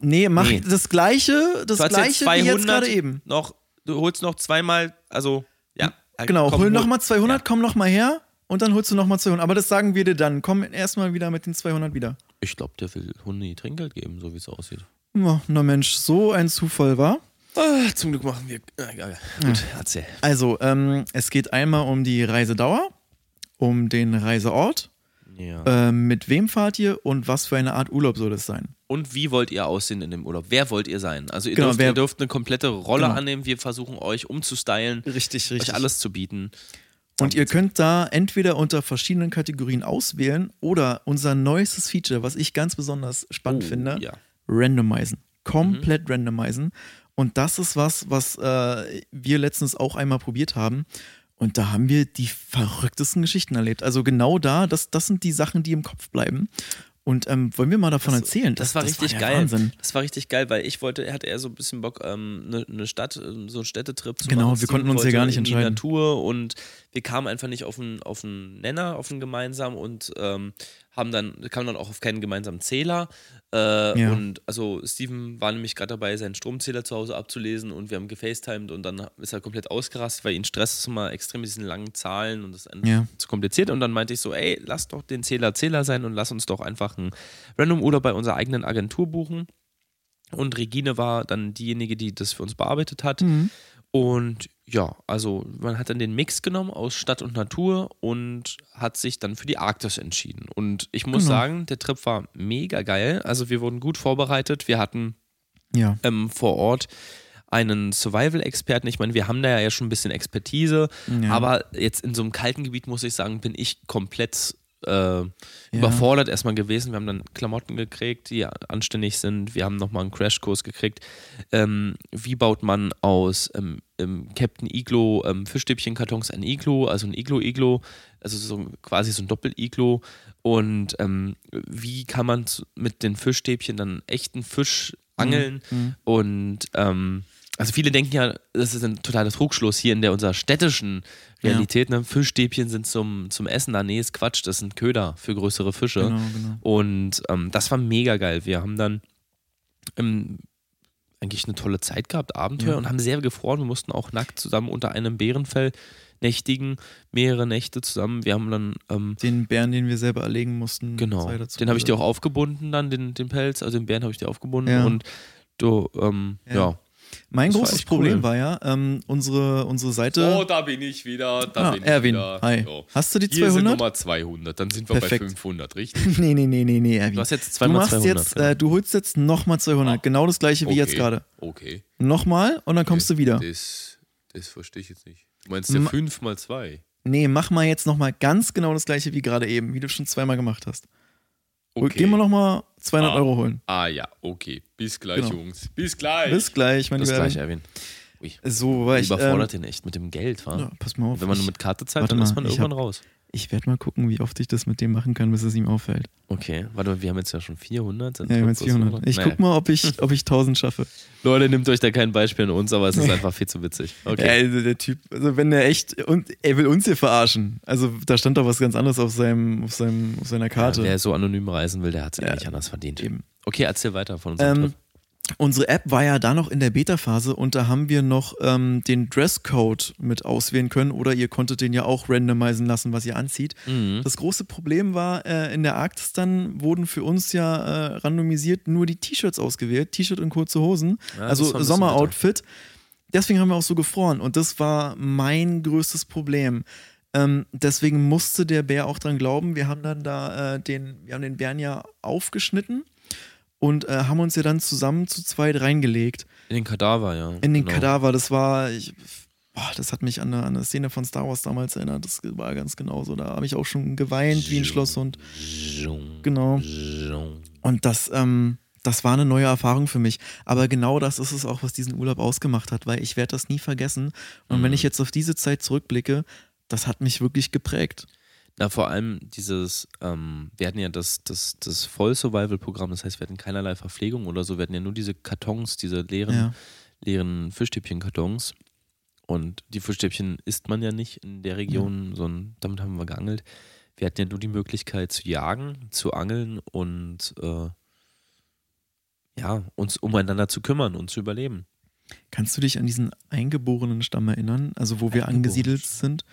Speaker 3: Nee, mach
Speaker 2: Nee.
Speaker 3: das gleiche, das
Speaker 2: Du hast
Speaker 3: gleiche wie jetzt gerade eben.
Speaker 2: Noch, du holst noch zweimal, also, ja.
Speaker 3: Genau,
Speaker 2: Komm,
Speaker 3: hol nochmal 200, komm nochmal her und dann holst du nochmal 200. Aber das sagen wir dir dann. Komm erstmal wieder mit den 200 wieder.
Speaker 2: Ich glaube, der will Hundi Trinkgeld geben, so wie es aussieht.
Speaker 3: Na, Oh, na Mensch, so ein Zufall war.
Speaker 2: Ah, zum Glück machen wir. Ah, egal. Gut, erzähl.
Speaker 3: Also, ähm, es geht einmal um die Reisedauer, um den Reiseort,
Speaker 2: Ja.
Speaker 3: ähm, mit wem fahrt ihr und was für eine Art Urlaub soll es sein.
Speaker 2: Und wie wollt ihr aussehen in dem Urlaub? Wer wollt ihr sein? Also, ihr,
Speaker 3: Genau,
Speaker 2: dürft,
Speaker 3: wer-
Speaker 2: ihr dürft eine komplette Rolle
Speaker 3: Genau.
Speaker 2: annehmen. Wir versuchen euch umzustylen,
Speaker 3: Richtig,
Speaker 2: euch alles zu bieten.
Speaker 3: Und ihr könnt da entweder unter verschiedenen Kategorien auswählen oder unser neuestes Feature, was ich ganz besonders spannend
Speaker 2: Oh,
Speaker 3: finde,
Speaker 2: ja.
Speaker 3: randomisen. Komplett
Speaker 2: Mhm.
Speaker 3: randomisen. Und das ist was, was äh, wir letztens auch einmal probiert haben. Und da haben wir die verrücktesten Geschichten erlebt. Also genau da, das, das sind die Sachen, die im Kopf bleiben. Und ähm, wollen wir mal davon erzählen?
Speaker 2: Das, war richtig
Speaker 3: ja
Speaker 2: geil.
Speaker 3: Wahnsinn.
Speaker 2: Das war richtig geil, weil ich wollte, er hatte eher so ein bisschen Bock, ähm, eine ne Stadt, ähm, so einen Städtetrip zu
Speaker 3: Genau,
Speaker 2: machen.
Speaker 3: wir
Speaker 2: Steven
Speaker 3: konnten uns ja
Speaker 2: wollte
Speaker 3: gar nicht
Speaker 2: in die
Speaker 3: entscheiden.
Speaker 2: Natur und wir kamen einfach nicht auf einen, auf einen Nenner, auf einen gemeinsamen und ähm, haben dann, kamen dann auch auf keinen gemeinsamen Zähler. Äh,
Speaker 3: Ja.
Speaker 2: Und also Steven war nämlich gerade dabei, seinen Stromzähler zu Hause abzulesen und wir haben gefacetimed und dann ist er komplett ausgerastet, weil ihn stresst es immer extrem mit diesen langen Zahlen und das ist einfach
Speaker 3: Ja.
Speaker 2: zu kompliziert. Und dann meinte ich so, ey, lass doch den Zähler Zähler sein und lass uns doch einfach einen random Urlaub bei unserer eigenen Agentur buchen. Und Regine war dann diejenige, die das für uns bearbeitet hat. Und ja, also man hat dann den Mix genommen aus Stadt und Natur und hat sich dann für die Arktis entschieden. Und ich muss
Speaker 3: Genau.
Speaker 2: sagen, der Trip war mega geil. Also wir wurden gut vorbereitet. Wir hatten
Speaker 3: Ja.
Speaker 2: ähm, vor Ort einen Survival-Experten. Ich meine, wir haben da ja schon ein bisschen Expertise,
Speaker 3: Ja.
Speaker 2: aber jetzt in so einem kalten Gebiet, muss ich sagen, bin ich komplett äh, überfordert erstmal gewesen. Wir haben dann Klamotten gekriegt, die anständig sind. Wir haben nochmal einen Crashkurs gekriegt. Ähm, wie baut man aus ähm, ähm, Captain Iglo ähm, Fischstäbchenkartons ein Iglo, also ein Iglo-Iglo, also so quasi so ein Doppel-Iglo. Und ähm, wie kann man zu- mit den Fischstäbchen dann echten Fisch angeln? Und ähm, also viele denken ja, das ist ein totaler Trugschluss hier in der unserer städtischen Realität. Ne? Fischstäbchen sind zum, zum Essen da. Nee, ist Quatsch, das sind Köder für größere Fische.
Speaker 3: Genau, genau.
Speaker 2: Und ähm, das war mega geil. Wir haben dann ähm, eigentlich eine tolle Zeit gehabt, Abenteuer und haben sehr gefroren. Wir mussten auch nackt zusammen unter einem Bärenfell nächtigen, mehrere Nächte zusammen. Wir haben dann, ähm,
Speaker 3: Den Bären, den wir selber erlegen mussten.
Speaker 2: genau,
Speaker 3: sei dazu
Speaker 2: den habe ich dir
Speaker 3: gesagt.
Speaker 2: auch aufgebunden, dann den, den Pelz, also den Bären habe ich dir aufgebunden
Speaker 3: Ja.
Speaker 2: und du, ähm,
Speaker 3: Ja.
Speaker 2: ja.
Speaker 3: Mein
Speaker 2: Das war
Speaker 3: großes
Speaker 2: echt cool.
Speaker 3: Problem war ja, ähm, unsere, unsere Seite.
Speaker 4: Oh, da bin ich wieder. Da
Speaker 3: ah,
Speaker 4: bin ich
Speaker 3: Erwin,
Speaker 4: wieder.
Speaker 3: hi.
Speaker 4: Jo.
Speaker 3: Hast du die
Speaker 4: Hier sind
Speaker 3: 200?
Speaker 4: nochmal 200. Dann sind wir
Speaker 3: Perfekt.
Speaker 4: bei 500, richtig?
Speaker 3: Nee, nee, nee, nee, nee, Erwin.
Speaker 2: Du hast jetzt
Speaker 3: du,
Speaker 2: zweimal genau. Ah,
Speaker 3: machst
Speaker 2: 200.
Speaker 3: jetzt, äh, du holst jetzt nochmal 200. Genau das gleiche wie
Speaker 4: Okay.
Speaker 3: jetzt gerade.
Speaker 4: Okay.
Speaker 3: Nochmal und dann kommst du wieder.
Speaker 4: Das, das verstehe ich jetzt nicht. Du meinst ja
Speaker 3: Ma-
Speaker 4: 5 mal 2.
Speaker 3: Nee, mach mal jetzt nochmal ganz genau das gleiche wie gerade eben, wie du schon zweimal gemacht hast. Hol-
Speaker 4: Okay.
Speaker 3: Geh mal nochmal 200
Speaker 4: Ah.
Speaker 3: Euro holen.
Speaker 4: Ah ja, okay. Bis gleich,
Speaker 3: Genau.
Speaker 4: Jungs. Bis gleich.
Speaker 3: Bis gleich, mein
Speaker 2: das
Speaker 3: lieber
Speaker 2: gleiche
Speaker 3: Erwin.
Speaker 2: erwähnen.
Speaker 3: So, weil ich. Ähm,
Speaker 2: Überfordert den echt mit dem Geld, wa?
Speaker 3: ja, pass mal auf.
Speaker 2: Wenn man
Speaker 3: ich,
Speaker 2: nur mit Karte zahlt,
Speaker 3: warte
Speaker 2: dann ist
Speaker 3: mal,
Speaker 2: man
Speaker 3: ich
Speaker 2: irgendwann
Speaker 3: hab-
Speaker 2: raus.
Speaker 3: Ich werde mal gucken, wie oft ich das mit dem machen kann, bis es ihm auffällt.
Speaker 2: Okay, warte mal, wir haben jetzt ja schon 400. Sind
Speaker 3: Ja, ich
Speaker 2: wir
Speaker 3: meine
Speaker 2: bloß
Speaker 3: 400.
Speaker 2: 100?
Speaker 3: Ich
Speaker 2: Naja.
Speaker 3: guck mal, ob ich, ob ich 1000 schaffe.
Speaker 2: Leute, nehmt euch da kein Beispiel an uns, aber es ist einfach viel zu witzig.
Speaker 3: Ja,
Speaker 2: Okay.
Speaker 3: also der Typ, also wenn er echt, und er will uns hier verarschen. Also da stand doch was ganz anderes auf, seinem, auf, seinem, auf seiner
Speaker 2: Ja,
Speaker 3: Karte.
Speaker 2: wer so anonym reisen will, der hat es
Speaker 3: Ja,
Speaker 2: ja. nicht anders verdient.
Speaker 3: eben.
Speaker 2: Okay, erzähl weiter von unserem
Speaker 3: Ähm,
Speaker 2: Trip.
Speaker 3: unsere App war ja da noch in der Beta-Phase und da haben wir noch ähm, den Dresscode mit auswählen können oder ihr konntet den ja auch randomisen lassen, was ihr anzieht.
Speaker 2: Mhm.
Speaker 3: Das große Problem war, äh, in der Arktis dann wurden für uns ja äh, randomisiert nur die T-Shirts ausgewählt, T-Shirt und kurze Hosen,
Speaker 2: Ja, das war
Speaker 3: also
Speaker 2: ein bisschen
Speaker 3: Sommeroutfit. Deswegen haben wir auch so gefroren und das war mein größtes Problem. Ähm, deswegen musste der Bär auch dran glauben. Wir haben dann da äh, den, wir haben den Bären ja aufgeschnitten und äh, haben uns ja dann zusammen zu zweit reingelegt
Speaker 2: In den Kadaver, ja.
Speaker 3: in den
Speaker 2: Genau.
Speaker 3: Kadaver. Das war, ich, boah, das hat mich an eine, an eine Szene von Star Wars damals erinnert. Das war ganz genauso. Da habe ich auch schon geweint wie ein Schlosshund. Genau. Und das, ähm, das war eine neue Erfahrung für mich. Aber genau das ist es auch, was diesen Urlaub ausgemacht hat, weil ich werde das nie vergessen. Und wenn ich
Speaker 2: Mhm.
Speaker 3: jetzt auf diese Zeit zurückblicke, das hat mich wirklich geprägt.
Speaker 2: Na, vor allem dieses, ähm, wir hatten ja das, das, das Voll-Survival-Programm, das heißt, wir hatten keinerlei Verpflegung oder so, wir hatten ja nur diese Kartons, diese leeren,
Speaker 3: Ja.
Speaker 2: leeren Fischstäbchen-Kartons. Und die Fischstäbchen isst man ja nicht in der Region,
Speaker 3: Mhm.
Speaker 2: sondern damit haben wir geangelt. Wir hatten ja nur die Möglichkeit zu jagen, zu angeln und äh, ja, uns umeinander zu kümmern und zu überleben.
Speaker 3: Kannst du dich an diesen eingeborenen Stamm erinnern? Also wo wir
Speaker 2: Eingeborenen
Speaker 3: angesiedelt sind?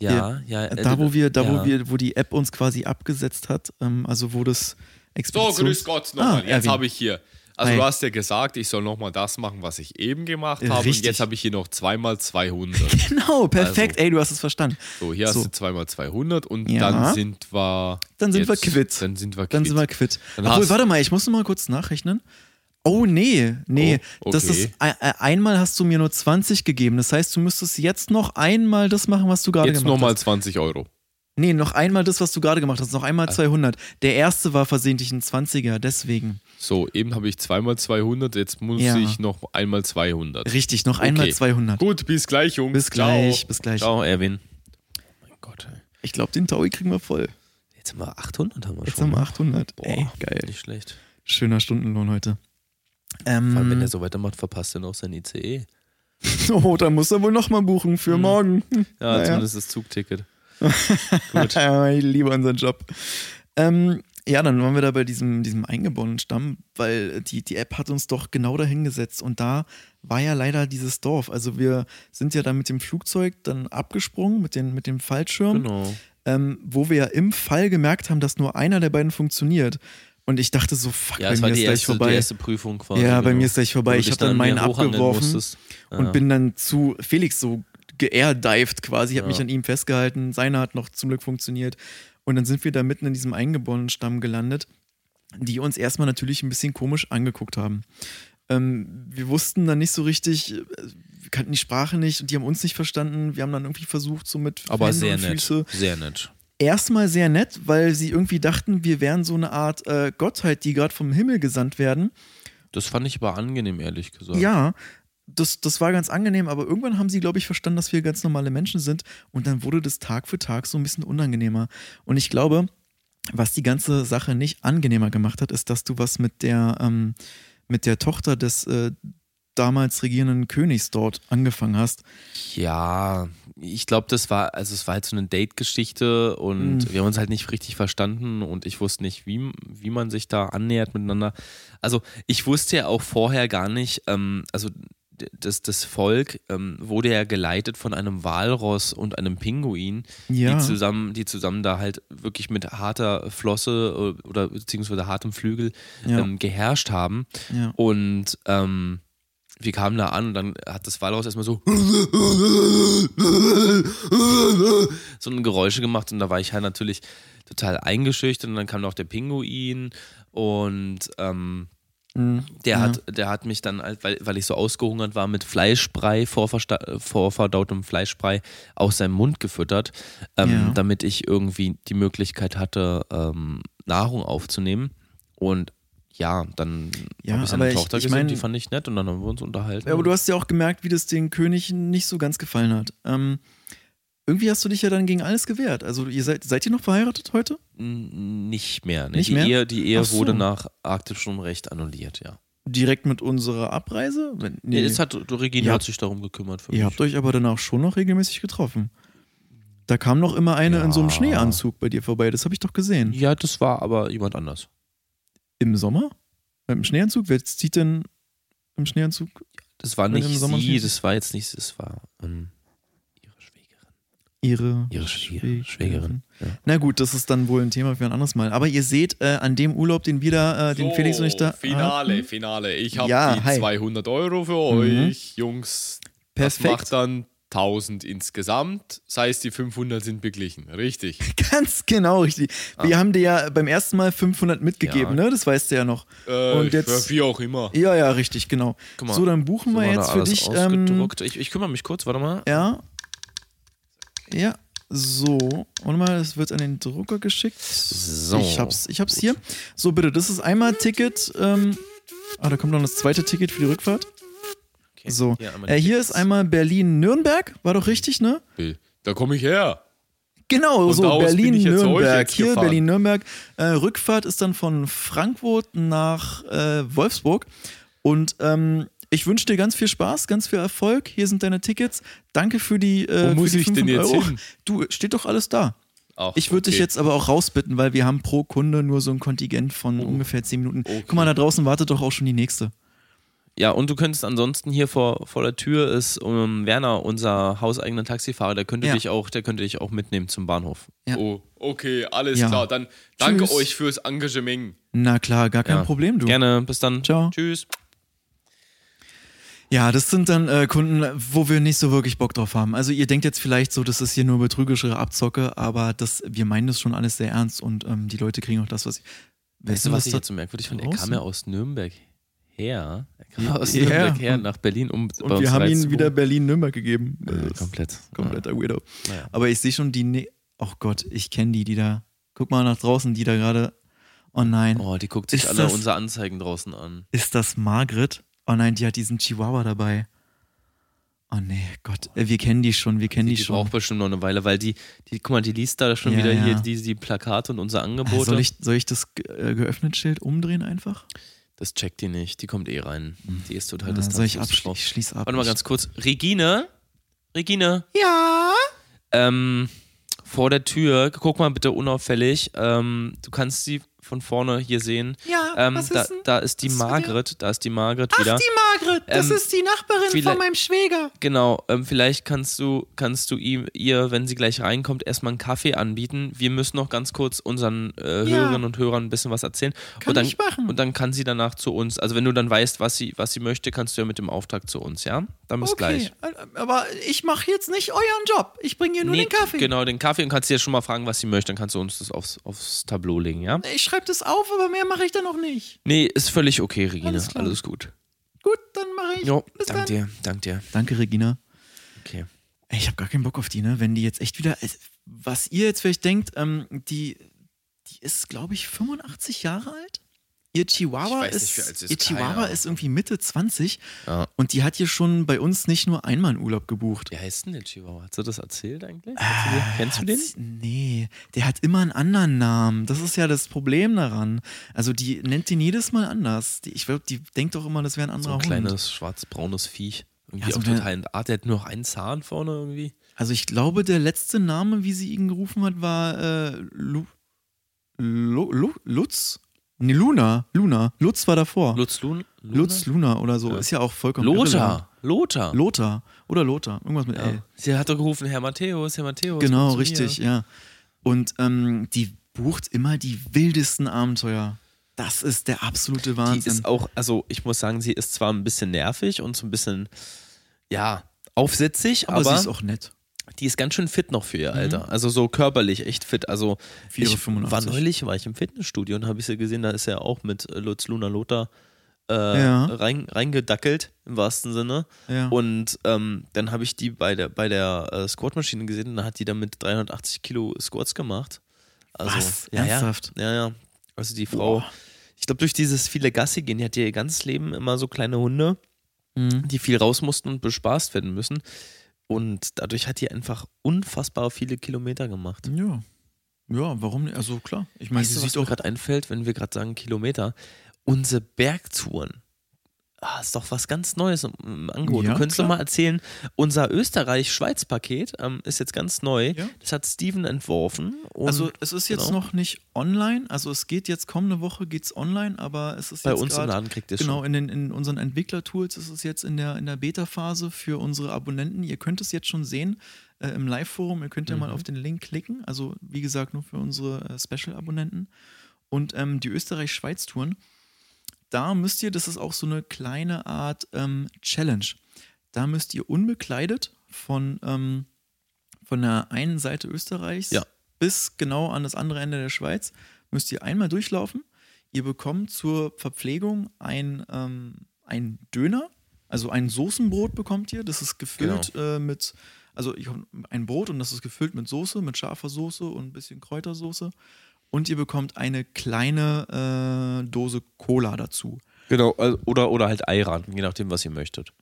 Speaker 2: Ja, ja. äh,
Speaker 3: da, wo wir, da,
Speaker 2: ja.
Speaker 3: wo wir, wo die App uns quasi abgesetzt hat, ähm, also wo das
Speaker 4: So,
Speaker 3: Expeditions
Speaker 4: grüß Gott nochmal.
Speaker 3: Ah,
Speaker 4: jetzt
Speaker 3: Erwin.
Speaker 4: habe ich hier. Also,
Speaker 3: Hi.
Speaker 4: du hast ja gesagt, ich soll nochmal das machen, was ich eben gemacht
Speaker 3: Äh,
Speaker 4: habe.
Speaker 3: richtig.
Speaker 4: Und jetzt habe ich hier noch zweimal 200.
Speaker 3: Genau, perfekt.
Speaker 4: Also.
Speaker 3: Ey, du hast es verstanden.
Speaker 4: So, hier
Speaker 3: So.
Speaker 4: hast du zweimal 200 und
Speaker 3: Ja.
Speaker 4: dann sind wir.
Speaker 3: Dann sind wir quitt.
Speaker 4: Dann sind wir quitt.
Speaker 3: Dann sind wir quitt.
Speaker 4: Dann
Speaker 3: Obwohl,
Speaker 4: hast-
Speaker 3: warte mal, ich muss noch mal kurz nachrechnen. Oh nee, nee.
Speaker 4: Oh,
Speaker 3: Das ist,
Speaker 4: okay.
Speaker 3: ein- ein- einmal hast du mir nur 20 gegeben. Das heißt, du müsstest jetzt noch einmal das machen, was du gerade
Speaker 4: Jetzt
Speaker 3: gemacht
Speaker 4: nochmal
Speaker 3: hast.
Speaker 4: 20 Euro.
Speaker 3: Nee, noch einmal das, was du gerade gemacht hast. Noch
Speaker 4: Ah.
Speaker 3: einmal 200. Der erste war versehentlich ein 20er, deswegen.
Speaker 4: So, eben habe ich zweimal 200, jetzt muss
Speaker 3: Ja.
Speaker 4: ich noch einmal 200.
Speaker 3: Richtig, noch einmal
Speaker 4: Okay.
Speaker 3: 200.
Speaker 4: Gut, bis gleich, Jungs.
Speaker 3: Bis
Speaker 4: Ciao.
Speaker 3: gleich, bis gleich.
Speaker 2: Ciao, Erwin.
Speaker 3: Oh
Speaker 2: Mein Gott, ey.
Speaker 3: Ich glaube, den Taui kriegen wir voll.
Speaker 2: jetzt haben wir 800 haben wir
Speaker 3: Jetzt
Speaker 2: schon.
Speaker 3: haben wir 800.
Speaker 2: Boah,
Speaker 3: Ey, geil.
Speaker 2: Nicht schlecht.
Speaker 3: Schöner Stundenlohn heute.
Speaker 2: Vor allem, wenn
Speaker 3: Ähm,
Speaker 2: er so weitermacht, verpasst er noch sein E. ICE.
Speaker 3: oh, dann muss er wohl nochmal buchen für morgen.
Speaker 2: Hm. Ja,
Speaker 3: Naja.
Speaker 2: zumindest das Zugticket.
Speaker 3: Ja, ich liebe unseren Job. Ähm, ja, dann waren wir da bei diesem, diesem eingeborenen Stamm, weil die, die App hat uns doch genau dahin gesetzt. Und da war ja leider dieses Dorf. Also wir sind ja dann mit dem Flugzeug dann abgesprungen, mit, den, mit dem Fallschirm,
Speaker 2: Genau.
Speaker 3: ähm, wo wir ja im Fall gemerkt haben, dass nur einer der beiden funktiert. Und ich dachte so, fuck,
Speaker 2: Ja,
Speaker 3: bei
Speaker 2: es war
Speaker 3: mir ist
Speaker 2: die
Speaker 3: gleich
Speaker 2: erste, die
Speaker 3: vorbei.
Speaker 2: erste Prüfung quasi.
Speaker 3: Ja, bei
Speaker 2: genau.
Speaker 3: mir ist gleich vorbei.
Speaker 2: Wo du
Speaker 3: ich
Speaker 2: dich
Speaker 3: habe dann
Speaker 2: an
Speaker 3: meinen
Speaker 2: mir hochhangeln
Speaker 3: abgeworfen
Speaker 2: musstest.
Speaker 3: und
Speaker 2: Ja.
Speaker 3: bin dann zu Felix so geairdived quasi, habe mich an ihm festgehalten. Seiner hat noch zum Glück funktioniert. Und dann sind wir da mitten in diesem eingeborenen Stamm gelandet, die uns erstmal natürlich ein bisschen komisch angeguckt haben. Ähm, wir wussten dann nicht so richtig, äh, wir kannten die Sprache nicht und die haben uns nicht verstanden. Wir haben dann irgendwie versucht, so mit
Speaker 2: Aber
Speaker 3: Händen
Speaker 2: sehr
Speaker 3: und
Speaker 2: nett.
Speaker 3: Füße
Speaker 2: Sehr nett.
Speaker 3: erstmal sehr nett, weil sie irgendwie dachten, wir wären so eine Art äh, Gottheit, die gerade vom Himmel gesandt werden.
Speaker 2: Das fand ich aber angenehm, ehrlich gesagt.
Speaker 3: Ja, das, das war ganz angenehm, aber irgendwann haben sie, glaube ich, verstanden, dass wir ganz normale Menschen sind. Und dann wurde das Tag für Tag so ein bisschen unangenehmer. Und ich glaube, was die ganze Sache nicht angenehmer gemacht hat, ist, dass du was mit der, ähm, mit der Tochter des äh, damals regierenden Königs dort angefangen hast.
Speaker 2: Ja, ich glaube, das war, also es war halt so eine Date-Geschichte und
Speaker 3: Mhm.
Speaker 2: wir haben uns halt nicht richtig verstanden und ich wusste nicht, wie, wie man sich da annähert miteinander. Also ich wusste ja auch vorher gar nicht, ähm, also d- das, das Volk ähm, wurde ja geleitet von einem Walross und einem Pinguin,
Speaker 3: Ja.
Speaker 2: die, zusammen, die zusammen da halt wirklich mit harter Flosse äh, oder beziehungsweise hartem Flügel
Speaker 3: Ja.
Speaker 2: ähm, geherrscht haben.
Speaker 3: Ja.
Speaker 2: Und ähm, wir kamen da an und dann hat das Walross erstmal so so ein Geräusche gemacht und da war ich halt natürlich total eingeschüchtert und dann kam noch der Pinguin und ähm,
Speaker 3: Mhm.
Speaker 2: der, hat, der hat mich dann, halt, weil, weil ich so ausgehungert war, mit Fleischbrei, vorversta- vorverdautem Fleischbrei aus seinem Mund gefüttert, ähm,
Speaker 3: Ja.
Speaker 2: damit ich irgendwie die Möglichkeit hatte, ähm, Nahrung aufzunehmen und ja, dann
Speaker 3: Ja,
Speaker 2: habe ich seine
Speaker 3: aber ich-
Speaker 2: Tochter
Speaker 3: ich
Speaker 2: gesehen,
Speaker 3: mein-
Speaker 2: die fand ich nett und dann haben wir uns unterhalten.
Speaker 3: Ja, aber du hast ja auch gemerkt, wie das den König nicht so ganz gefallen hat. Ähm, irgendwie hast du dich ja dann gegen alles gewehrt. Also ihr seid, seid ihr noch verheiratet heute?
Speaker 2: N- Nicht mehr. Ne?
Speaker 3: Nicht
Speaker 2: die
Speaker 3: mehr?
Speaker 2: Ehe, die Ehe
Speaker 3: Ach so.
Speaker 2: wurde nach arktischem Recht annulliert, ja.
Speaker 3: Direkt mit unserer Abreise? Wenn, nee.
Speaker 2: Nee. Es hat, Regina
Speaker 3: Ja.
Speaker 2: hat sich darum gekümmert für
Speaker 3: ihr
Speaker 2: mich.
Speaker 3: habt euch aber danach schon noch regelmäßig getroffen. Da kam noch immer eine in so einem
Speaker 2: Ja.
Speaker 3: Schneeanzug bei dir vorbei. Das habe ich doch gesehen.
Speaker 2: Ja, das war aber jemand anders.
Speaker 3: Im Sommer? Mit dem Schneeanzug? Wer zieht denn im Schneeanzug?
Speaker 2: Das war
Speaker 3: Mit
Speaker 2: nicht
Speaker 3: dem Sommer-
Speaker 2: sie, das war jetzt nicht, das war ähm, ihre Schwägerin.
Speaker 3: Ihre,
Speaker 2: Ihre Schwägerin. Schwägerin. Ja.
Speaker 3: Na gut, das ist dann wohl ein Thema für ein anderes Mal. Aber ihr seht äh, an dem Urlaub, den wir da, äh, den
Speaker 4: So,
Speaker 3: Felix und ich da.
Speaker 4: Finale,
Speaker 3: hatten,
Speaker 4: Finale. Ich habe
Speaker 3: Ja,
Speaker 4: die
Speaker 3: hi.
Speaker 4: 200 Euro für
Speaker 3: Mhm.
Speaker 4: euch, Jungs. Das
Speaker 3: Perfekt.
Speaker 4: macht dann 1000 insgesamt. Das heißt, die 500 sind beglichen. Richtig.
Speaker 3: Ganz genau richtig. Wir
Speaker 4: Ah.
Speaker 3: haben dir ja beim ersten Mal 500 mitgegeben,
Speaker 2: Ja.
Speaker 3: ne? Das weißt du ja noch.
Speaker 4: Äh,
Speaker 3: und
Speaker 4: für
Speaker 3: jetzt.
Speaker 4: wie auch immer.
Speaker 3: Ja, ja, richtig, genau.
Speaker 2: Guck mal,
Speaker 3: so, dann buchen wir
Speaker 2: War da
Speaker 3: jetzt für
Speaker 2: alles
Speaker 3: dich. Ähm,
Speaker 2: Ausgedruckt. ich, ich kümmere mich kurz, warte mal.
Speaker 3: ja. Ja, so. Und mal, das wird an den Drucker geschickt.
Speaker 2: So.
Speaker 3: Ich hab's, ich hab's hier. So, bitte, das ist einmal Ticket. Ähm, ah, da kommt noch das zweite Ticket für die Rückfahrt.
Speaker 2: Okay.
Speaker 3: So,
Speaker 2: Hier einmal die
Speaker 3: äh, hier
Speaker 2: Tickets.
Speaker 3: ist einmal Berlin-Nürnberg, war doch richtig, ne?
Speaker 4: Da komme ich her.
Speaker 3: Genau,
Speaker 4: Von da
Speaker 3: so
Speaker 4: aus bin ich jetzt zu euch
Speaker 3: Berlin-Nürnberg.
Speaker 4: jetzt
Speaker 3: Hier
Speaker 4: gefahren.
Speaker 3: Berlin-Nürnberg. Äh, Rückfahrt ist dann von Frankfurt nach äh, Wolfsburg. Und ähm, ich wünsche dir ganz viel Spaß, ganz viel Erfolg. Hier sind deine Tickets. Danke für die. Äh,
Speaker 4: Wo muss
Speaker 3: für die
Speaker 4: ich denn
Speaker 3: 500
Speaker 4: jetzt
Speaker 3: Euro.
Speaker 4: hin?
Speaker 3: Du, steht doch alles da.
Speaker 4: Ach,
Speaker 3: Ich würde dich
Speaker 4: okay.
Speaker 3: jetzt aber auch rausbitten, weil wir haben pro Kunde nur so ein Kontingent von
Speaker 4: Oh.
Speaker 3: ungefähr 10 Minuten. Guck mal, da draußen wartet doch auch schon die nächste.
Speaker 2: Ja, und du könntest ansonsten hier vor, vor der Tür ist ähm, Werner, unser hauseigener Taxifahrer, der könnte
Speaker 3: Ja.
Speaker 2: dich auch, der könnte dich auch mitnehmen zum Bahnhof.
Speaker 3: Ja.
Speaker 4: Oh, okay, alles
Speaker 3: Ja.
Speaker 4: klar. Dann danke
Speaker 3: Tschüss.
Speaker 4: euch fürs Engagement.
Speaker 3: Na klar, gar kein
Speaker 2: Ja.
Speaker 3: Problem, du.
Speaker 2: Gerne, bis dann.
Speaker 3: Ciao.
Speaker 2: Tschüss.
Speaker 3: Ja, das sind dann äh, Kunden, wo wir nicht so wirklich Bock drauf haben. Also ihr denkt jetzt vielleicht so, das ist hier nur betrügerische Abzocke, aber das, wir meinen das schon alles sehr ernst und ähm, die Leute kriegen auch das, was sie.
Speaker 2: Weißt du, was ich
Speaker 3: da-
Speaker 2: jetzt so merkwürdig finde? Er
Speaker 3: draußen?
Speaker 2: kam ja aus Nürnberg her. Er kam aus
Speaker 3: Ja.
Speaker 2: Nürnberg her nach Berlin, um bei
Speaker 3: Und
Speaker 2: uns
Speaker 3: wir haben ihnen
Speaker 2: reinzuholen.
Speaker 3: wieder Berlin-Nürnberg gegeben.
Speaker 2: Ja,
Speaker 3: Das ist
Speaker 2: komplett.
Speaker 3: Kompletter Weirdo.
Speaker 2: Naja.
Speaker 3: Aber ich sehe schon die. Ne oh Gott, ich kenne die, die da. Guck mal nach draußen, die da gerade. Oh nein.
Speaker 2: Oh, die guckt sich
Speaker 3: Ist
Speaker 2: alle
Speaker 3: das-
Speaker 2: unsere Anzeigen draußen an.
Speaker 3: Ist das Margret? Oh nein, die hat diesen Chihuahua dabei. Oh nee, Gott. Äh, Wir kennen die schon, wir kennen
Speaker 2: Die,
Speaker 3: die,
Speaker 2: die
Speaker 3: schon.
Speaker 2: braucht bestimmt noch eine Weile, weil die, die, guck mal, die liest da schon
Speaker 3: Ja,
Speaker 2: wieder
Speaker 3: ja.
Speaker 2: hier die, die Plakate und unser
Speaker 3: Äh,
Speaker 2: Angebote.
Speaker 3: Soll ich, soll ich das ge- äh, geöffnet Schild umdrehen einfach?
Speaker 2: Das checkt die nicht, die kommt eh rein. Die ist total
Speaker 3: Hm. Ja,
Speaker 2: distanziert.
Speaker 3: soll ich abschließen? Ich schließ ab.
Speaker 2: Warte mal ganz kurz. Regine? Regine?
Speaker 3: Ja.
Speaker 2: Ähm, vor der Tür, guck mal bitte unauffällig. Ähm, du kannst sie von vorne hier sehen.
Speaker 3: Ja,
Speaker 2: ähm,
Speaker 3: was ist
Speaker 2: da,
Speaker 3: denn?
Speaker 2: da ist die
Speaker 3: Was ist mit
Speaker 2: Margret, da ist die Margret wieder.
Speaker 3: die Margret,
Speaker 2: das Ähm,
Speaker 3: ist die Nachbarin
Speaker 2: vielleicht-
Speaker 3: meinem Schwäger.
Speaker 2: Genau, ähm, vielleicht kannst du, kannst du ihm, ihr, wenn sie gleich reinkommt, erstmal einen Kaffee anbieten. Wir müssen noch ganz kurz unseren äh,
Speaker 3: Ja.
Speaker 2: Hörerinnen und Hörern ein bisschen was erzählen.
Speaker 3: Kann
Speaker 2: und dann,
Speaker 3: ich machen.
Speaker 2: Und dann kann sie danach zu uns, also wenn du dann weißt, was sie, was sie möchte, kannst du ja mit dem Auftrag zu uns, ja? Dann bis gleich.
Speaker 3: äh, aber ich mache jetzt nicht euren Job. Ich bringe ihr
Speaker 2: Nee, Genau, den Kaffee und kannst dir schon mal fragen, was sie möchte. Dann kannst du uns das aufs, aufs Tableau legen, ja?
Speaker 3: Ich schreibe das auf, aber mehr mache ich dann noch nicht.
Speaker 2: Nee, ist völlig okay, Regine.
Speaker 3: Alles
Speaker 2: Alles,
Speaker 3: klar.
Speaker 2: gut.
Speaker 3: Gut, dann mache ich.
Speaker 2: Jo, dank dir, dank dir.
Speaker 3: Danke, Regina.
Speaker 2: Okay.
Speaker 3: Ey, Ich habe gar keinen Bock auf die, ne? Wenn die jetzt echt wieder. also, Was ihr jetzt vielleicht denkt, ähm, die, die ist, glaube ich, 85 Jahre alt. Ihr Chihuahua,
Speaker 4: Ich weiß nicht,
Speaker 3: ist,
Speaker 4: wie alt sie ist,
Speaker 3: ihr
Speaker 4: keine
Speaker 3: Chihuahua
Speaker 4: Ahnung.
Speaker 3: ist irgendwie Mitte 20
Speaker 2: Ja.
Speaker 3: und die hat hier schon bei uns nicht nur einmal einen Urlaub gebucht.
Speaker 2: Wie heißt denn der Chihuahua? Hat sie das erzählt eigentlich? Hat sie die- kennst du
Speaker 3: Hat
Speaker 2: den?
Speaker 3: sie- Nee, der hat immer einen anderen Namen. Das ist ja das Problem daran. Also die nennt ihn jedes Mal anders. Die, ich glaube, die denkt doch immer, das wäre ein
Speaker 2: So
Speaker 3: anderer
Speaker 2: ein
Speaker 3: Hund.
Speaker 2: kleines schwarz-braunes Viech. Irgendwie
Speaker 3: Ja, so
Speaker 2: auch
Speaker 3: eine-
Speaker 2: total entartet. Der hat nur noch einen Zahn vorne irgendwie.
Speaker 3: Also ich glaube, der letzte Name, wie sie ihn gerufen hat, war äh, Lu Lu Lu Lutz? Nee, Luna. Luna. Lutz war davor.
Speaker 2: Lutz Lun?
Speaker 3: Lutz, Luna oder so.
Speaker 2: Ja.
Speaker 3: Ist ja auch vollkommen irrelevant.
Speaker 2: Lothar. Lothar.
Speaker 3: Lothar. Oder Lothar. Irgendwas mit L.
Speaker 2: Ja. Sie hat doch gerufen, Herr Matthäus, Herr Matthäus.
Speaker 3: Genau,
Speaker 2: komm zu
Speaker 3: richtig,
Speaker 2: Mir.
Speaker 3: ja. Und ähm, die bucht immer die wildesten Abenteuer. Das ist der absolute
Speaker 2: Die
Speaker 3: Wahnsinn.
Speaker 2: ist auch, also ich muss sagen, sie ist zwar ein bisschen nervig und so ein bisschen, ja, aufsätzig,
Speaker 3: aber,
Speaker 2: aber,
Speaker 3: sie ist auch Mhm. nett.
Speaker 2: die ist ganz schön fit noch für ihr Alter. Also so körperlich echt fit. Also
Speaker 3: Für ihre
Speaker 2: ich
Speaker 3: 85.
Speaker 2: war neulich war ich im Fitnessstudio und habe ich sie gesehen, da ist er auch mit äh, Lutz Luna Lothar äh,
Speaker 3: Ja.
Speaker 2: rein, reingedackelt im wahrsten Sinne.
Speaker 3: Ja.
Speaker 2: Und ähm, dann habe ich die bei der bei der äh, Squatmaschine gesehen und da hat die damit 380 Kilo Squats gemacht. Also,
Speaker 3: Was?
Speaker 2: Ja,
Speaker 3: Ernsthaft?
Speaker 2: Ja, ja, ja. Also die Frau. Ich glaube, durch dieses viele Gassi gehen, die hat Mhm. ihr ganzes Leben immer so kleine Hunde, die viel raus mussten und bespaßt werden müssen. Und dadurch hat die einfach unfassbar viele Kilometer gemacht.
Speaker 3: Ja. Ja, warum nicht? Also klar. Ich meine,
Speaker 2: Weißt
Speaker 3: sie
Speaker 2: du, was
Speaker 3: sieht
Speaker 2: mir
Speaker 3: doch.
Speaker 2: gerade einfällt, wenn wir gerade sagen Kilometer? Unsere Bergtouren. Ah, ist doch was ganz Neues im- im Angebot.
Speaker 3: Ja,
Speaker 2: du könntest
Speaker 3: klar.
Speaker 2: doch mal erzählen, unser Österreich-Schweiz-Paket ähm, ist jetzt ganz neu.
Speaker 3: Ja.
Speaker 2: Das hat Steven entworfen. Und
Speaker 3: Also es ist jetzt
Speaker 2: genau.
Speaker 3: noch nicht online, also es geht jetzt kommende Woche geht's online, aber es ist
Speaker 2: bei
Speaker 3: jetzt
Speaker 2: uns im
Speaker 3: grad-
Speaker 2: Laden kriegt ihr es
Speaker 3: Genau,
Speaker 2: schon.
Speaker 3: in, den, in unseren Entwicklertools ist es jetzt in der, in der Beta-Phase für unsere Abonnenten. Ihr könnt es jetzt schon sehen äh, im Live-Forum. Ihr könnt ja
Speaker 2: Mhm.
Speaker 3: mal auf den Link klicken. Also, wie gesagt, nur für unsere äh, Special-Abonnenten. Und ähm, die Österreich-Schweiz-Touren, da müsst ihr, das ist auch so eine kleine Art ähm, Challenge. Da müsst ihr unbekleidet von, ähm, von der einen Seite Österreichs
Speaker 2: Ja.
Speaker 3: bis genau an das andere Ende der Schweiz, müsst ihr einmal durchlaufen. Ihr bekommt zur Verpflegung ein, ähm, ein Döner, also ein Soßenbrot bekommt ihr. Das ist gefüllt äh, mit, also ich, hab ein Brot und das ist gefüllt mit Soße, mit scharfer Soße und ein bisschen Kräutersoße. Und ihr bekommt eine kleine äh, Dose Cola dazu.
Speaker 2: Genau, also- oder, oder halt Eiran, je nachdem, was ihr möchtet.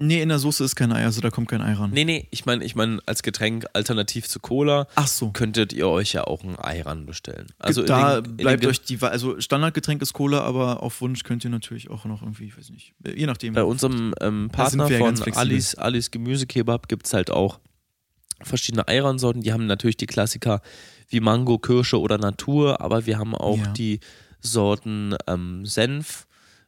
Speaker 3: Nee, in der Soße ist kein Ei, also da kommt kein Ei ran.
Speaker 2: Nee, nee, ich meine, ich meine, als Getränk alternativ zu Cola
Speaker 3: Ach so.
Speaker 2: könntet ihr euch ja auch ein Eiran bestellen.
Speaker 3: Also
Speaker 2: Also in
Speaker 3: da
Speaker 2: den- in
Speaker 3: bleibt
Speaker 2: den-
Speaker 3: euch die, Wahl- also Standardgetränk ist Cola, aber auf Wunsch könnt ihr natürlich auch noch irgendwie, ich weiß nicht, äh, je nachdem.
Speaker 2: bei unserem ähm,
Speaker 3: Da sind
Speaker 2: Partner
Speaker 3: wir ja ganz
Speaker 2: von
Speaker 3: flexibel.
Speaker 2: Alice, Alice Gemüsekebab gibt es halt auch verschiedene Eiransorten. Die haben natürlich die Klassiker wie Mango, Kirsche oder Natur, aber wir haben auch
Speaker 3: Ja.
Speaker 2: die Sorten ähm, Senf,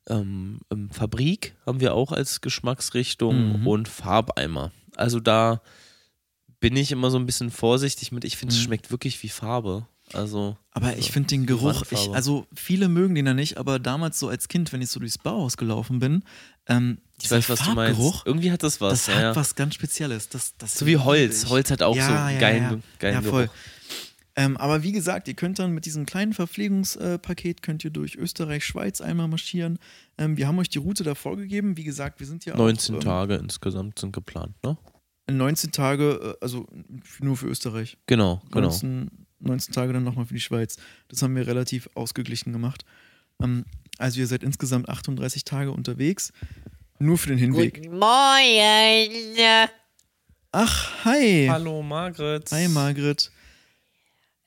Speaker 2: ähm, ähm, Fabrik haben wir auch als Geschmacksrichtung
Speaker 3: Mhm.
Speaker 2: und Farbeimer. Also da bin ich immer so ein bisschen vorsichtig mit. Ich finde, es
Speaker 3: Mhm.
Speaker 2: schmeckt wirklich wie Farbe. Also
Speaker 3: Aber ich finde den Geruch, ich,
Speaker 2: Wandfarbe.
Speaker 3: also viele mögen den ja nicht, aber damals so als Kind, wenn ich so durchs Bauhaus gelaufen bin, ähm,
Speaker 2: ich weiß, was du meinst. Irgendwie hat das was.
Speaker 3: das
Speaker 2: ja,
Speaker 3: hat
Speaker 2: ja.
Speaker 3: was ganz Spezielles. Das, das
Speaker 2: So wie Holz.
Speaker 3: liebe ich.
Speaker 2: Holz hat auch so einen geilen,
Speaker 3: ja.
Speaker 2: geilen
Speaker 3: ja,
Speaker 2: Geruch.
Speaker 3: voll. Ähm, aber wie gesagt, ihr könnt dann mit diesem kleinen Verpflegungspaket könnt ihr durch Österreich, Schweiz einmal marschieren. Ähm, wir haben euch die Route da vorgegeben. Wie gesagt, wir sind ja auch,
Speaker 2: 19
Speaker 3: ähm,
Speaker 2: Tage insgesamt sind geplant, ne?
Speaker 3: 19 Tage, äh, also f- nur für Österreich.
Speaker 2: Genau, genau.
Speaker 3: 19, 19 Tage dann nochmal für die Schweiz. Das haben wir relativ ausgeglichen gemacht. Ähm, also ihr seid insgesamt 38 Tage unterwegs, nur für den Hinweg.
Speaker 5: Guten Morgen.
Speaker 3: Ach, hi.
Speaker 2: Hallo Margret.
Speaker 3: Hi, Margret.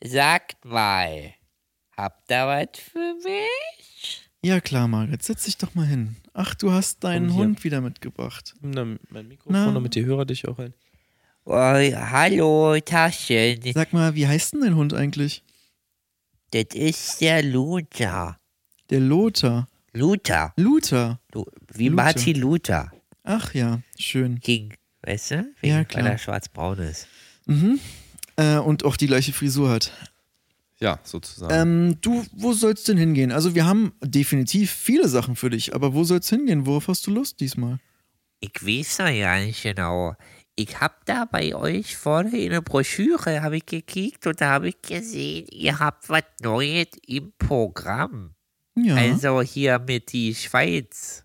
Speaker 5: Sagt mal, habt ihr was für mich?
Speaker 3: Ja klar, Margret, setz dich doch mal hin. Ach, du hast deinen
Speaker 2: Komm hier.
Speaker 3: Hund wieder mitgebracht.
Speaker 2: Nimm da mein Mikrofon,
Speaker 3: Na?
Speaker 2: damit die Hörer dich auch ein.
Speaker 5: Oh, hallo, Taschen.
Speaker 3: Sag mal, wie heißt denn dein Hund eigentlich?
Speaker 5: Das ist der Luther.
Speaker 3: Der Lothar.
Speaker 5: Luther.
Speaker 3: Luther.
Speaker 5: Lu- Wie
Speaker 3: Luther.
Speaker 5: Martin Luther
Speaker 3: Ach ja, schön.
Speaker 5: King. Weißt du?
Speaker 3: Ja,
Speaker 5: Wegen-
Speaker 3: klar.
Speaker 5: Weil er schwarz-braun ist.
Speaker 3: Äh, und auch die gleiche Frisur hat.
Speaker 2: Ja, sozusagen.
Speaker 3: Ähm, du, wo sollst denn hingehen? Also wir haben definitiv viele Sachen für dich, aber wo soll's hingehen? Worauf hast du Lust diesmal?
Speaker 5: Ich weiß noch gar nicht genau. Ich hab da bei euch vorne in der Broschüre hab ich gekickt und da hab ich gesehen, ihr habt was Neues im Programm.
Speaker 3: Ja.
Speaker 5: Also hier mit die Schweiz.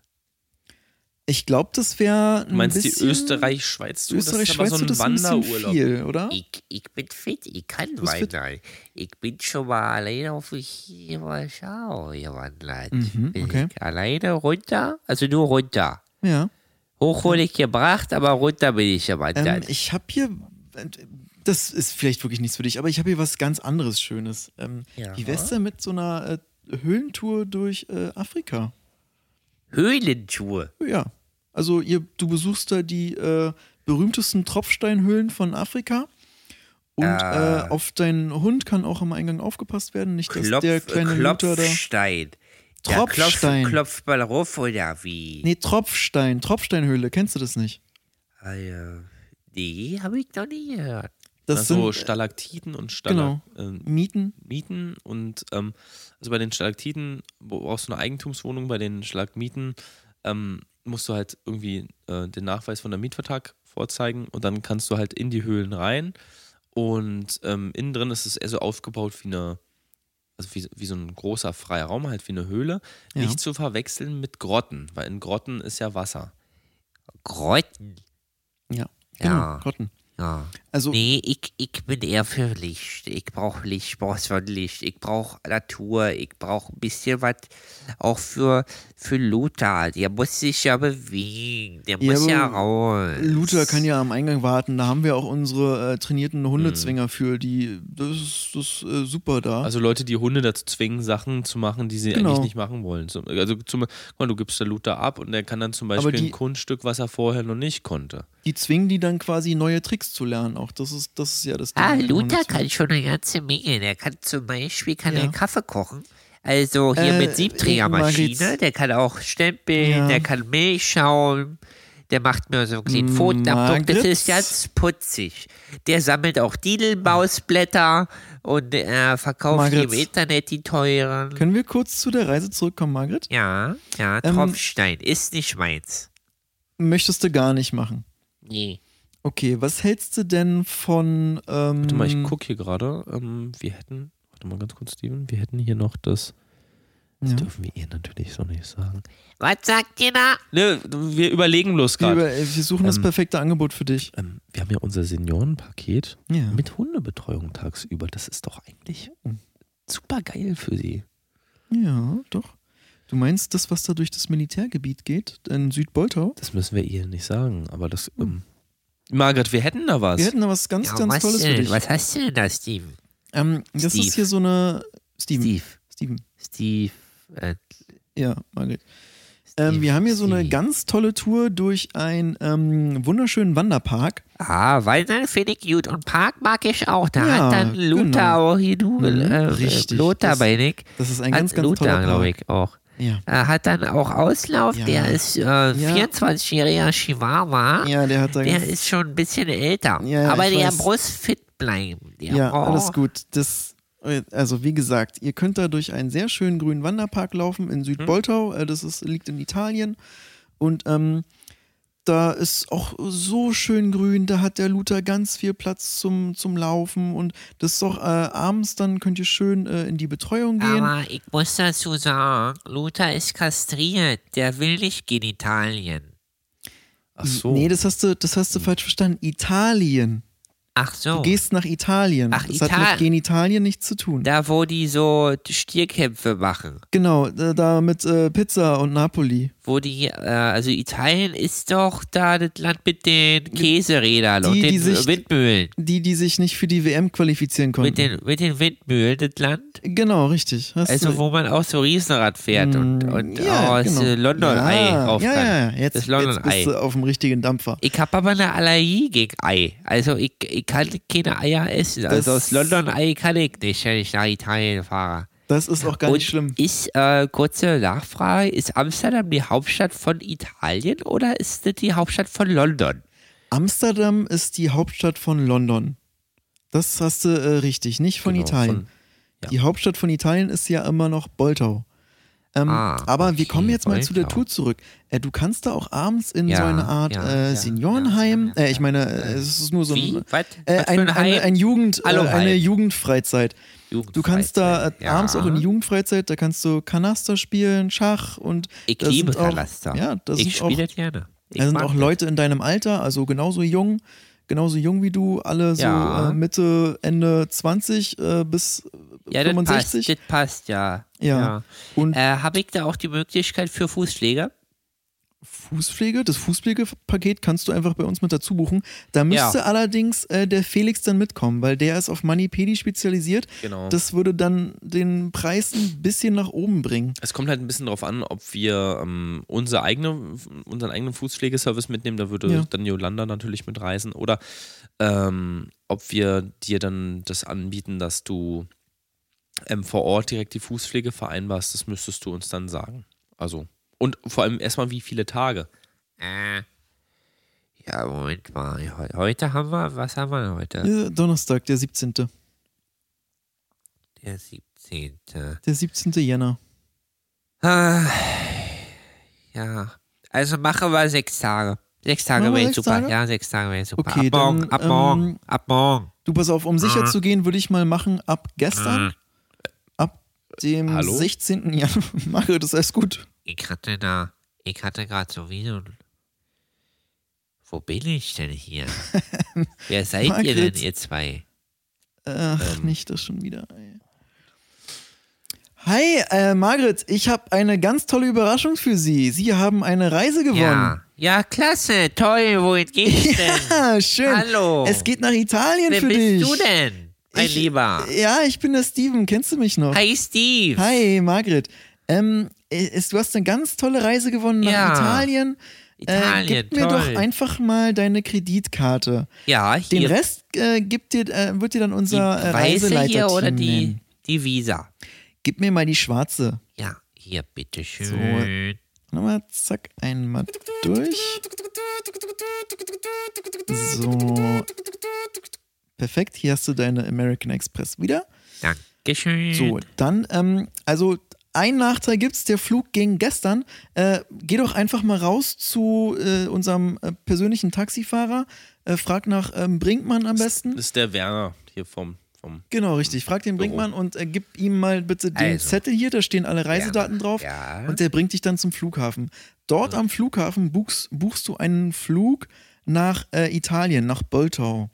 Speaker 3: ich glaube, das wäre ein
Speaker 2: du meinst
Speaker 3: bisschen,
Speaker 2: die Österreich-Schweiz-Tour?
Speaker 3: Österreich,
Speaker 2: das
Speaker 3: Schweiz,
Speaker 2: ist aber
Speaker 3: das
Speaker 2: so
Speaker 3: ist ein
Speaker 2: ein
Speaker 3: bisschen
Speaker 2: Wanderurlaub. ne? E.
Speaker 3: viel, oder?
Speaker 5: Ich, ich bin fit, ich kann
Speaker 3: Hm? bist fit.
Speaker 5: wandern. Ich bin schon mal alleine auf hier mal schau gewandert.
Speaker 3: Mhm,
Speaker 5: bin
Speaker 3: okay.
Speaker 5: ich alleine runter, also nur runter.
Speaker 3: Ja.
Speaker 5: Hoch wurde ich gebracht, aber runter bin ich gewandert.
Speaker 3: Ähm,
Speaker 2: also
Speaker 3: ich habe hier, das ist vielleicht wirklich nichts für dich, aber ich habe hier was ganz anderes Schönes. Ähm,
Speaker 5: Ja.
Speaker 3: Wie wär's denn mit so einer äh, Höhlentour durch äh, Afrika?
Speaker 5: Höhlentour.
Speaker 3: Ja. Also ihr, du besuchst da die äh, berühmtesten Tropfsteinhöhlen von Afrika. Und
Speaker 5: Ah.
Speaker 3: äh, auf deinen Hund kann auch am Eingang aufgepasst werden. Nicht, dass
Speaker 5: Klopf,
Speaker 3: der kleine Luther da.
Speaker 5: Klopfstein. Da
Speaker 3: Tropfstein.
Speaker 5: Klopf, klopft mal ruf oder wie?
Speaker 3: Nee, Tropfstein, Tropfsteinhöhle, kennst du das nicht?
Speaker 5: Ah, ja. Nee, habe ich noch nie gehört.
Speaker 3: Das
Speaker 2: Also
Speaker 3: sind
Speaker 2: Stalaktiten und
Speaker 3: genau.
Speaker 2: Stalagmiten. Ähm,
Speaker 3: Mieten.
Speaker 2: Mieten und ähm, also bei den Stalaktiten wo- brauchst du eine Eigentumswohnung, bei den Stalagmiten ähm, musst du halt irgendwie äh, den Nachweis von der Mietvertrag vorzeigen und dann kannst du halt in die Höhlen rein und ähm, innen drin ist es eher so aufgebaut wie eine, also wie, wie so ein großer freier Raum, halt wie eine Höhle.
Speaker 3: Ja.
Speaker 2: Nicht zu verwechseln mit Grotten, weil in Grotten ist ja Wasser.
Speaker 5: Grotten.
Speaker 3: Ja, genau,
Speaker 5: Ja.
Speaker 3: Grotten.
Speaker 5: Ja.
Speaker 3: Also-
Speaker 5: nee, ich, ich bin eher für Licht. Ich brauche Licht, ich brauche Sonnenlicht, ich brauche Natur, ich brauche ein bisschen was auch für, für Luther. Der muss sich ja bewegen, der
Speaker 3: Ja,
Speaker 5: muss ja
Speaker 3: aber
Speaker 5: raus.
Speaker 3: Luther kann ja am Eingang warten. Da haben wir auch unsere äh, trainierten Hundezwinger für. Die, das ist, das ist äh, super da.
Speaker 2: Also Leute, die Hunde dazu zwingen, Sachen zu machen, die sie
Speaker 3: Genau.
Speaker 2: eigentlich nicht machen wollen. Zum, also zum, guck mal, du gibst der Luther ab und er kann dann zum
Speaker 3: Aber
Speaker 2: Beispiel
Speaker 3: die-
Speaker 2: ein Kunststück, was er vorher noch nicht konnte.
Speaker 3: die zwingen die dann quasi neue Tricks zu lernen. Auch das ist, das ist ja das Ding.
Speaker 5: Ah,
Speaker 3: mit den
Speaker 5: Luther
Speaker 3: Hundezwingern.
Speaker 5: kann schon eine ganze Menge. Der kann zum Beispiel kann
Speaker 3: Ja.
Speaker 5: er Kaffee kochen. Also hier
Speaker 3: Äh,
Speaker 5: mit Siebträgermaschine.
Speaker 3: Maritz.
Speaker 5: Der kann auch stempeln,
Speaker 3: Ja.
Speaker 5: der kann Milch schauen. Der macht mir so einen kleinen Pfotenabdruck. Das
Speaker 3: Maritz.
Speaker 5: ist ganz putzig. Der sammelt auch Didelmausblätter und äh, verkauft die im
Speaker 3: Maritz.
Speaker 5: Internet die teuren.
Speaker 3: Können wir kurz zu der Reise zurückkommen, Margret?
Speaker 5: Ja, ja,
Speaker 3: Ähm,
Speaker 5: Tropfstein ist nicht meins.
Speaker 3: Möchtest du gar nicht machen.
Speaker 5: Nee.
Speaker 3: Okay, was hältst du denn von. Ähm,
Speaker 2: Warte mal, ich gucke hier gerade. Ähm, wir hätten, warte mal ganz kurz, Steven, wir hätten hier noch das. Das
Speaker 3: Ja.
Speaker 2: dürfen wir ihr natürlich so nicht sagen.
Speaker 5: Was sagt ihr da?
Speaker 2: Ne, wir überlegen bloß
Speaker 3: wir,
Speaker 2: gerade.
Speaker 3: über, äh, wir suchen das
Speaker 2: Ähm,
Speaker 3: perfekte Angebot für dich.
Speaker 2: Ähm, wir haben ja unser Seniorenpaket
Speaker 3: Ja. Hm.
Speaker 2: mit Hundebetreuung tagsüber. Das ist doch eigentlich super geil für sie.
Speaker 3: Ja, doch. Du meinst das, was da durch das Militärgebiet geht, in Südboltau?
Speaker 2: Das müssen wir ihr nicht sagen, aber das. Ähm, Margret, wir hätten da was.
Speaker 3: Hm. Wir hätten da was ganz,
Speaker 5: Ja,
Speaker 3: ganz
Speaker 5: was,
Speaker 3: Tolles für
Speaker 5: denn?
Speaker 3: dich.
Speaker 5: was hast du denn da, Steven?
Speaker 3: Ähm, das
Speaker 5: Steve.
Speaker 3: ist hier so eine. Steven.
Speaker 5: Steve.
Speaker 3: Steven.
Speaker 5: Steve. Äh,
Speaker 3: Ja, Margret. Ähm, wir haben hier so eine
Speaker 5: Steve.
Speaker 3: ganz tolle Tour durch einen ähm, wunderschönen Wanderpark.
Speaker 5: Ah, Wandern finde ich gut. Und Park mag ich auch. Da
Speaker 3: Ja,
Speaker 5: hat dann Luther
Speaker 3: genau.
Speaker 5: auch hier du, äh,
Speaker 3: Mhm,
Speaker 5: äh,
Speaker 3: richtig.
Speaker 5: Lothar
Speaker 3: Das-
Speaker 5: meine ich.
Speaker 3: Das ist ein
Speaker 5: Hat
Speaker 3: ganz, ganz
Speaker 5: Luther,
Speaker 3: toller Park.
Speaker 5: glaube ich, auch.
Speaker 3: Ja.
Speaker 5: Er hat dann auch Auslauf.
Speaker 3: Ja.
Speaker 5: Der ist äh, 24-jähriger Chihuahua.
Speaker 3: ja, der hat da
Speaker 5: Der
Speaker 3: ganz-
Speaker 5: ist schon ein bisschen älter.
Speaker 3: Ja, ja,
Speaker 5: aber
Speaker 3: ich
Speaker 5: der
Speaker 3: weiß.
Speaker 5: muss fit bleiben. Der
Speaker 3: Ja,
Speaker 5: braucht-
Speaker 3: alles gut. Das, also wie gesagt, ihr könnt da durch einen sehr schönen grünen Wanderpark laufen
Speaker 5: Mhm.
Speaker 3: in Südboltau. Äh, Das ist, liegt in Italien. Und ähm, da ist auch so schön grün. Da hat der Luther ganz viel Platz zum, zum Laufen. Und das ist auch äh, abends, dann könnt ihr schön äh, in die Betreuung gehen.
Speaker 5: Aber ich muss dazu sagen, Luther ist kastriert. Der will nicht Genitalien.
Speaker 2: Ach so.
Speaker 3: Nee, das hast, du, das hast du falsch verstanden. Italien.
Speaker 5: Ach so.
Speaker 3: Du gehst nach Italien.
Speaker 5: Oh. Ach,
Speaker 3: das hat
Speaker 5: Italien.
Speaker 3: mit Genitalien nichts zu tun.
Speaker 5: da, wo die so Stierkämpfe machen.
Speaker 3: Genau, da, da mit äh, Pizza und Napoli.
Speaker 5: wo die, äh, also Italien ist doch da das Land mit den Käserädern und
Speaker 3: die
Speaker 5: den
Speaker 3: sich- Mhm.
Speaker 5: Windmühlen.
Speaker 3: Die, die sich nicht für die WM qualifizieren konnten.
Speaker 5: Mit den, mit den Windmühlen, das Land.
Speaker 3: Genau, richtig. Hast
Speaker 5: Also
Speaker 3: du-
Speaker 5: wo man auch so Riesenrad fährt und, und
Speaker 3: Ja,
Speaker 5: aus
Speaker 3: genau.
Speaker 5: äh, London Ei
Speaker 3: ja,
Speaker 5: rauf
Speaker 3: ja,
Speaker 5: kann.
Speaker 3: ja, ja. Jetzt,
Speaker 5: das London
Speaker 3: jetzt bist
Speaker 5: Ei.
Speaker 3: du auf dem richtigen Dampfer.
Speaker 5: Ich habe aber eine Allergie gegen Ei. Also ich, ich kann keine Eier essen. Also
Speaker 3: Das-
Speaker 5: das London Ei kann ich nicht, wenn ich nach Italien fahre.
Speaker 3: Das ist auch gar
Speaker 5: und
Speaker 3: nicht schlimm.
Speaker 5: Ist, äh, kurze Nachfrage, ist Amsterdam die Hauptstadt von Italien oder ist das die Hauptstadt von London?
Speaker 3: Amsterdam ist die Hauptstadt von London. Das hast du äh, richtig, nicht von
Speaker 2: Genau,
Speaker 3: Italien.
Speaker 2: von- ja.
Speaker 3: Die Hauptstadt von Italien ist ja immer noch Boltau. Ähm,
Speaker 5: Ah,
Speaker 3: aber wir
Speaker 5: okay,
Speaker 3: kommen jetzt mal zu der
Speaker 5: Boltau.
Speaker 3: Tour zurück. Äh, du kannst da auch abends in
Speaker 5: Ja,
Speaker 3: so eine Art
Speaker 5: ja,
Speaker 3: äh,
Speaker 5: ja,
Speaker 3: Seniorenheim,
Speaker 5: ja, ja,
Speaker 3: äh, ich meine, äh, es ist nur so
Speaker 5: Wie?
Speaker 3: ein,
Speaker 5: Was?
Speaker 3: äh,
Speaker 5: Was für ein
Speaker 3: ein,
Speaker 5: Heim?
Speaker 3: eine, ein Jugend, äh,
Speaker 5: Hallo,
Speaker 3: eine
Speaker 5: Heim.
Speaker 3: Jugendfreizeit. Du kannst da äh,
Speaker 5: Jugendfreizeit, ja.
Speaker 3: abends auch in die Jugendfreizeit, da kannst du Kanaster spielen, Schach und
Speaker 5: Ich
Speaker 3: da
Speaker 5: liebe
Speaker 3: sind auch,
Speaker 5: Kalaster.
Speaker 3: Ja, das
Speaker 5: ich
Speaker 3: sind auch,
Speaker 5: spiele das gerne. Ich
Speaker 3: da sind
Speaker 5: mag
Speaker 3: auch
Speaker 5: das.
Speaker 3: Leute in deinem Alter, also genauso jung, genauso jung wie du, alle so
Speaker 5: Ja.
Speaker 3: äh, Mitte, Ende 20 äh, bis
Speaker 5: ja, das
Speaker 3: 65.
Speaker 5: Passt, das passt, ja.
Speaker 3: Ja. Und
Speaker 5: Äh, Habe ich da auch die Möglichkeit für Fußpfleger?
Speaker 3: Fußpflege, das Fußpflegepaket kannst du einfach bei uns mit dazu buchen. Da müsste
Speaker 5: Ja.
Speaker 3: allerdings äh, der Felix dann mitkommen, weil der ist auf Manipedi spezialisiert.
Speaker 2: Genau.
Speaker 3: Das würde dann den Preis ein bisschen nach oben bringen.
Speaker 2: Es kommt halt ein bisschen darauf an, ob wir ähm, unsere eigene, unseren eigenen Fußpflegeservice mitnehmen. Da würde
Speaker 3: Ja.
Speaker 2: dann Yolanda natürlich mitreisen. Oder ähm, ob wir dir dann das anbieten, dass du ähm, vor Ort direkt die Fußpflege vereinbarst. Das müsstest du uns dann sagen. Also. Und vor allem erstmal, wie viele Tage?
Speaker 5: Äh. Ja, Moment mal. He- Heute haben wir, was haben wir denn heute?
Speaker 3: Ja, Donnerstag, der 17.
Speaker 5: Der 17.
Speaker 3: Der 17. Jänner.
Speaker 5: Ah, ja. Also machen wir sechs Tage. Sechs Tage
Speaker 3: Machen wir
Speaker 5: wären
Speaker 3: sechs
Speaker 5: super.
Speaker 3: Tage?
Speaker 5: Ja, sechs Tage wären super.
Speaker 3: Okay,
Speaker 5: ab morgen,
Speaker 3: dann,
Speaker 5: ab morgen,
Speaker 3: ähm,
Speaker 5: ab morgen.
Speaker 3: Du, pass auf, um
Speaker 5: Mhm.
Speaker 3: sicher zu gehen, würde ich mal machen, ab gestern, ab dem
Speaker 2: Hallo?
Speaker 3: 16. Januar. Mario, das ist gut.
Speaker 5: Ich hatte da, ich hatte gerade so wie so ein Wo bin ich denn hier? Wer seid ihr
Speaker 3: Margret.
Speaker 5: denn, ihr zwei?
Speaker 3: Ach,
Speaker 5: Ähm.
Speaker 3: nicht das schon wieder. ey. Hi, äh, Margret, ich habe eine ganz tolle Überraschung für Sie. Sie haben eine Reise gewonnen.
Speaker 5: Ja. ja, klasse, toll, wohin geht's denn?
Speaker 3: Ah, schön.
Speaker 5: Hallo.
Speaker 3: Es geht nach Italien
Speaker 5: Wer
Speaker 3: für
Speaker 5: bist
Speaker 3: dich.
Speaker 5: du denn, mein
Speaker 3: Ich-
Speaker 5: Lieber?
Speaker 3: Ja, ich bin der Steven. Kennst du mich noch?
Speaker 5: Hi, Steve.
Speaker 3: Hi, Margret. Ähm, es, du hast eine ganz tolle Reise gewonnen nach
Speaker 5: Ja.
Speaker 3: Italien.
Speaker 5: Italien,
Speaker 3: äh, gib mir
Speaker 5: toll.
Speaker 3: doch einfach mal deine Kreditkarte.
Speaker 5: Ja,
Speaker 3: Den
Speaker 5: hier.
Speaker 3: Rest äh, gibt dir, äh, wird dir dann
Speaker 5: die
Speaker 3: unser äh,
Speaker 5: weiße
Speaker 3: Reiseleiter
Speaker 5: hier oder die,
Speaker 3: nennen.
Speaker 5: die Visa?
Speaker 3: Gib mir mal die schwarze.
Speaker 5: Ja, hier, bitteschön.
Speaker 3: Nochmal, zack, einmal durch. So. Perfekt, hier hast du deine American Express wieder.
Speaker 5: Dankeschön.
Speaker 3: So, dann, ähm, also ein Nachteil gibt's, der Flug ging gestern. Äh, geh doch einfach mal raus zu äh, unserem äh, persönlichen Taxifahrer. Äh, frag nach ähm, Brinkmann am besten.
Speaker 2: Das ist der Werner hier vom. vom
Speaker 3: Genau, richtig. Frag den Brinkmann und äh, gib ihm mal bitte den
Speaker 5: Also.
Speaker 3: Zettel hier, da stehen alle Reisedaten drauf.
Speaker 5: Ja.
Speaker 3: Und der bringt dich dann zum Flughafen. Dort am Flughafen buchst, buchst du einen Flug nach äh, Italien, nach Boltau.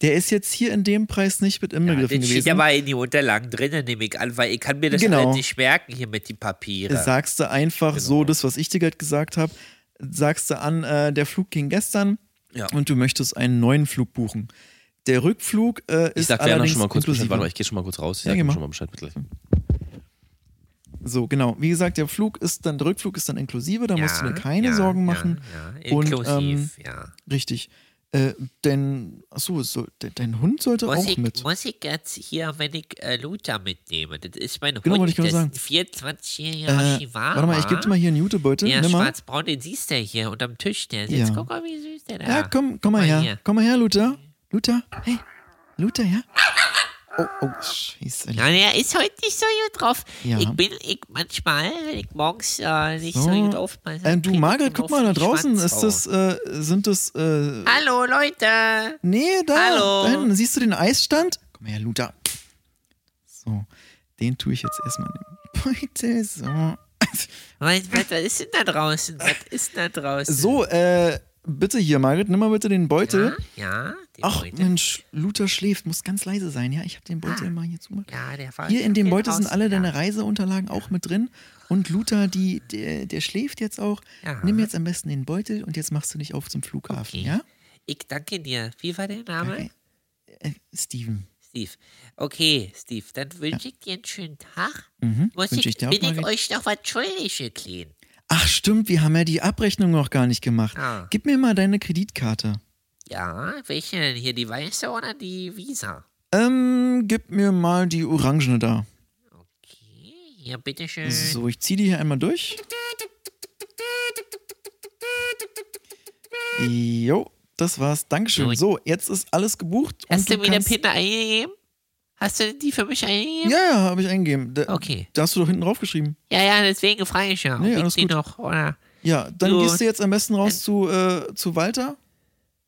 Speaker 3: Der ist jetzt hier in dem Preis nicht mit im Begriff
Speaker 5: Das steht
Speaker 3: gewesen.
Speaker 5: aber in die Unterlagen drinnen, nehme ich an, weil ich kann mir das
Speaker 3: Genau.
Speaker 5: alles nicht merken hier mit den Papieren.
Speaker 3: sagst du einfach so
Speaker 2: Genau.
Speaker 3: das, was ich dir gerade gesagt habe, sagst du an, äh, der Flug ging gestern
Speaker 2: Ja.
Speaker 3: und du möchtest einen neuen Flug buchen. Der Rückflug äh, ist
Speaker 2: Ich sag Werner
Speaker 3: allerdings
Speaker 2: schon mal kurz Bescheid.
Speaker 3: inklusive.
Speaker 2: Warte mal, ich gehe schon mal kurz raus. Ich
Speaker 3: Ja,
Speaker 2: sag
Speaker 3: geh
Speaker 2: ihm
Speaker 3: mal.
Speaker 2: schon mal Bescheid mit gleich.
Speaker 3: So, genau. Wie gesagt, der Flug ist dann, der Rückflug ist dann inklusive, da musst du dir keine
Speaker 5: ja,
Speaker 3: Sorgen machen.
Speaker 5: Ja, ja.
Speaker 3: Und, ähm,
Speaker 5: Inklusiv, ja.
Speaker 3: Richtig. Äh, denn, achso, es soll, de, dein Hund sollte
Speaker 5: Muss
Speaker 3: auch
Speaker 5: ich,
Speaker 3: mit.
Speaker 5: muss ich jetzt hier, wenn ich äh, Luther mitnehme, das ist mein
Speaker 3: Genau, wollte
Speaker 5: Hund,
Speaker 3: ich gerade
Speaker 5: das
Speaker 3: sagen.
Speaker 5: ist ein 24 jähriger
Speaker 3: Äh, warte mal, ich gebe dir mal hier einen Jutebeutel.
Speaker 5: Ja,
Speaker 3: Nimm mal.
Speaker 5: schwarzbraun, den siehst du hier unterm Tisch, der sitzt.
Speaker 3: Ja.
Speaker 5: Guck mal, wie süß der da
Speaker 3: Ja, komm, komm mal her.
Speaker 5: hier.
Speaker 3: Komm mal her, Luther. Luther, hey. Luther, ja? Oh, oh, scheiße.
Speaker 5: Na, der ist heute nicht so gut drauf.
Speaker 3: Ja.
Speaker 5: Ich bin, ich manchmal, wenn ich morgens äh, nicht so,
Speaker 3: So.
Speaker 5: gut aufpasse.
Speaker 3: Ähm, du,
Speaker 5: krieg ich
Speaker 3: Margret,
Speaker 5: einen
Speaker 3: guck mal, da
Speaker 5: offenen
Speaker 3: draußen
Speaker 5: Schwanz
Speaker 3: ist das,
Speaker 5: raus.
Speaker 3: äh, sind das, äh,
Speaker 5: Hallo, Leute!
Speaker 3: nee, da,
Speaker 5: Hallo.
Speaker 3: da hinten, siehst du den Eisstand? Komm her, Luther. So, den tue ich jetzt erstmal in den Beutel, so.
Speaker 5: Was, was, was ist denn da draußen? Was ist denn da draußen? Ah,
Speaker 3: So, äh, bitte hier, Margret, nimm mal bitte den Beutel.
Speaker 5: Ja, die
Speaker 3: Ach,
Speaker 5: Beute.
Speaker 3: Mensch, Luther schläft, muss ganz leise sein, ja, ich habe den Beutel mal hier zugemacht.
Speaker 5: Ah. Ja, der war
Speaker 3: Hier in dem Beutel sind
Speaker 5: draußen,
Speaker 3: alle
Speaker 5: ja.
Speaker 3: deine Reiseunterlagen auch mit drin. Und Luther, die, der, der schläft jetzt auch.
Speaker 5: Ja.
Speaker 3: Nimm jetzt am besten den Beutel und jetzt machst du dich auf zum Flughafen,
Speaker 5: Okay.
Speaker 3: ja?
Speaker 5: Ich danke dir. Wie war der Name?
Speaker 3: Okay. Äh, Steven.
Speaker 5: Steve. Okay, Steve, dann wünsche ich dir einen schönen Tag. Muss
Speaker 3: Mhm, wünsche
Speaker 5: ich,
Speaker 3: ich dir auch,
Speaker 5: bin ich
Speaker 3: Margret.
Speaker 5: euch noch was schuldig, ihr Kleinen?
Speaker 3: Ach stimmt, wir haben ja die Abrechnung noch gar nicht gemacht.
Speaker 5: Ah.
Speaker 3: Gib mir mal deine Kreditkarte.
Speaker 5: Ja, welche denn hier? Die weiße oder die Visa?
Speaker 3: Ähm, gib mir mal die Orangene da.
Speaker 5: Okay, ja, bitteschön.
Speaker 3: So, ich ziehe die hier einmal durch. Jo, das war's. Dankeschön. So, jetzt ist alles gebucht.
Speaker 5: Hast du
Speaker 3: und
Speaker 5: mir den
Speaker 3: kannst-
Speaker 5: PIN eingegeben? Hast du die für mich eingegeben?
Speaker 3: Ja, ja, habe ich eingegeben. Da,
Speaker 5: Okay.
Speaker 3: Da hast du doch hinten draufgeschrieben.
Speaker 5: Ja, ja, deswegen frage ich ja.
Speaker 3: Nee,
Speaker 5: Nee,
Speaker 3: alles
Speaker 5: die
Speaker 3: gut.
Speaker 5: noch, oder?
Speaker 3: Ja, dann
Speaker 5: Gut.
Speaker 3: gehst du jetzt am besten raus zu, äh, zu Walter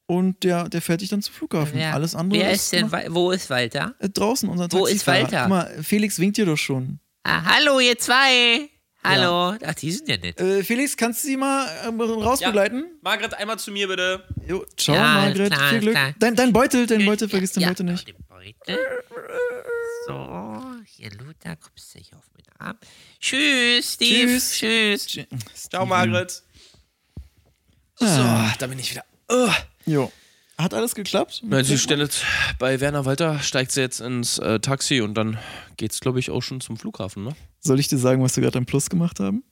Speaker 3: und der, der fährt dich dann zum Flughafen.
Speaker 5: Wer,
Speaker 3: Alles andere
Speaker 5: wer ist denn,
Speaker 3: gemacht.
Speaker 5: Wa- wo ist Walter?
Speaker 3: äh, draußen unser
Speaker 5: Wo ist
Speaker 3: Taxifahrer.
Speaker 5: Walter?
Speaker 3: Guck mal, Felix winkt dir doch schon.
Speaker 5: Ah, hallo, ihr zwei. Hallo. Ach, die sind ja nett.
Speaker 3: Äh, Felix, kannst du sie mal ähm, rausbegleiten?
Speaker 2: Margret, einmal zu mir bitte.
Speaker 3: Jo, ciao,
Speaker 5: Ja,
Speaker 3: Margret.
Speaker 5: klar,
Speaker 3: Viel Glück.
Speaker 5: klar.
Speaker 3: Dein, dein Beutel, dein Beutel, vergiss den
Speaker 5: Äh, ja,
Speaker 3: Beutel nicht.
Speaker 5: Den Beutel. So, hier, Luther, kommst du hier auf meinen Arm. Tschüss, Steve.
Speaker 3: Tschüss.
Speaker 5: Tschüss.
Speaker 2: Ciao,
Speaker 3: Ah,
Speaker 2: Margret. Ah, da bin ich wieder. Ugh.
Speaker 3: jo. Hat alles geklappt?
Speaker 2: Nein, sie stellt bei Werner Walter, steigt sie jetzt ins äh, Taxi und dann geht's, glaube ich, auch schon zum Flughafen, ne?
Speaker 3: Soll ich dir sagen, was wir gerade am Plus gemacht haben?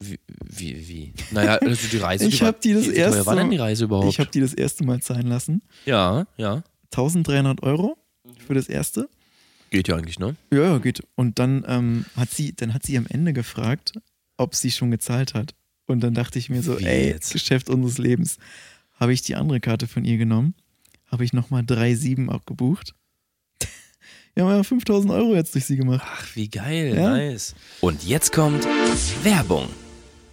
Speaker 2: Wie, wie, wie? Naja, also die Reise.
Speaker 3: Ich
Speaker 2: die war-
Speaker 3: hab die das
Speaker 2: wie
Speaker 3: erste
Speaker 2: teuer war denn die
Speaker 3: Mal-
Speaker 2: Reise überhaupt?
Speaker 3: Ich habe die das erste Mal zahlen lassen.
Speaker 2: ja, ja.
Speaker 3: 1300 Euro für das erste.
Speaker 2: Geht ja eigentlich, ne?
Speaker 3: Ja, ja, geht. Und dann ähm, hat sie, dann hat sie am Ende gefragt, ob sie schon gezahlt hat. Und dann dachte ich mir so,
Speaker 2: Wie
Speaker 3: ey,
Speaker 2: jetzt?
Speaker 3: Geschäft unseres Lebens. Habe ich die andere Karte von ihr genommen, habe ich nochmal 3,7 abgebucht. Wir haben ja 5000 Euro jetzt durch sie gemacht.
Speaker 2: Ach, wie geil,
Speaker 3: Ja.
Speaker 2: nice. Und jetzt kommt Werbung.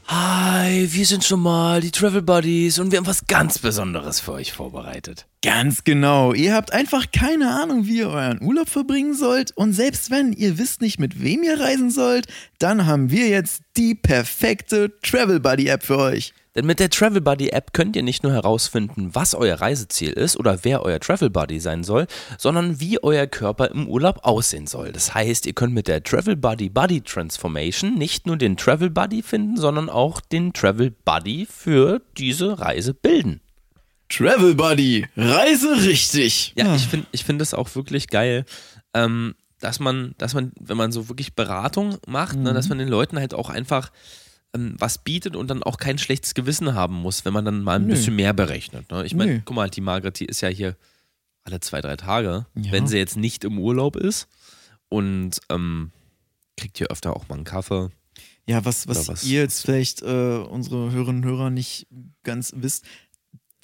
Speaker 2: Hi, wir sind schon mal die Travel Buddies und wir haben was ganz Besonderes für euch vorbereitet.
Speaker 3: Ganz genau. Ihr habt einfach keine Ahnung, wie ihr euren Urlaub verbringen sollt. Und selbst wenn ihr wisst nicht, mit wem ihr reisen sollt, dann haben wir jetzt die perfekte Travel Buddy App für euch.
Speaker 2: Denn mit der Travel Buddy App könnt ihr nicht nur herausfinden, was euer Reiseziel ist oder wer euer Travel Buddy sein soll, sondern wie euer Körper im Urlaub aussehen soll. Das heißt, ihr könnt mit der Travel Buddy Buddy Transformation nicht nur den Travel Buddy finden, sondern auch den Travel Buddy für diese Reise bilden.
Speaker 3: Travel Buddy, reise richtig.
Speaker 2: Ja, ich finde ich find das auch wirklich geil, ähm, dass man, dass man, wenn man so wirklich Beratung macht, ne,
Speaker 3: Mhm.
Speaker 2: dass man den Leuten halt auch einfach ähm, was bietet und dann auch kein schlechtes Gewissen haben muss, wenn man dann mal ein bisschen mehr berechnet. Ne? Ich meine,
Speaker 3: Nö.
Speaker 2: guck mal, die Margret, die ist ja hier alle zwei, drei Tage,
Speaker 3: Ja.
Speaker 2: wenn sie jetzt nicht im Urlaub ist und ähm, kriegt hier öfter auch mal einen Kaffee.
Speaker 3: Ja, was, was,
Speaker 2: Oder was-
Speaker 3: ihr jetzt vielleicht äh, unsere Hörerinnen und Hörer nicht ganz wisst,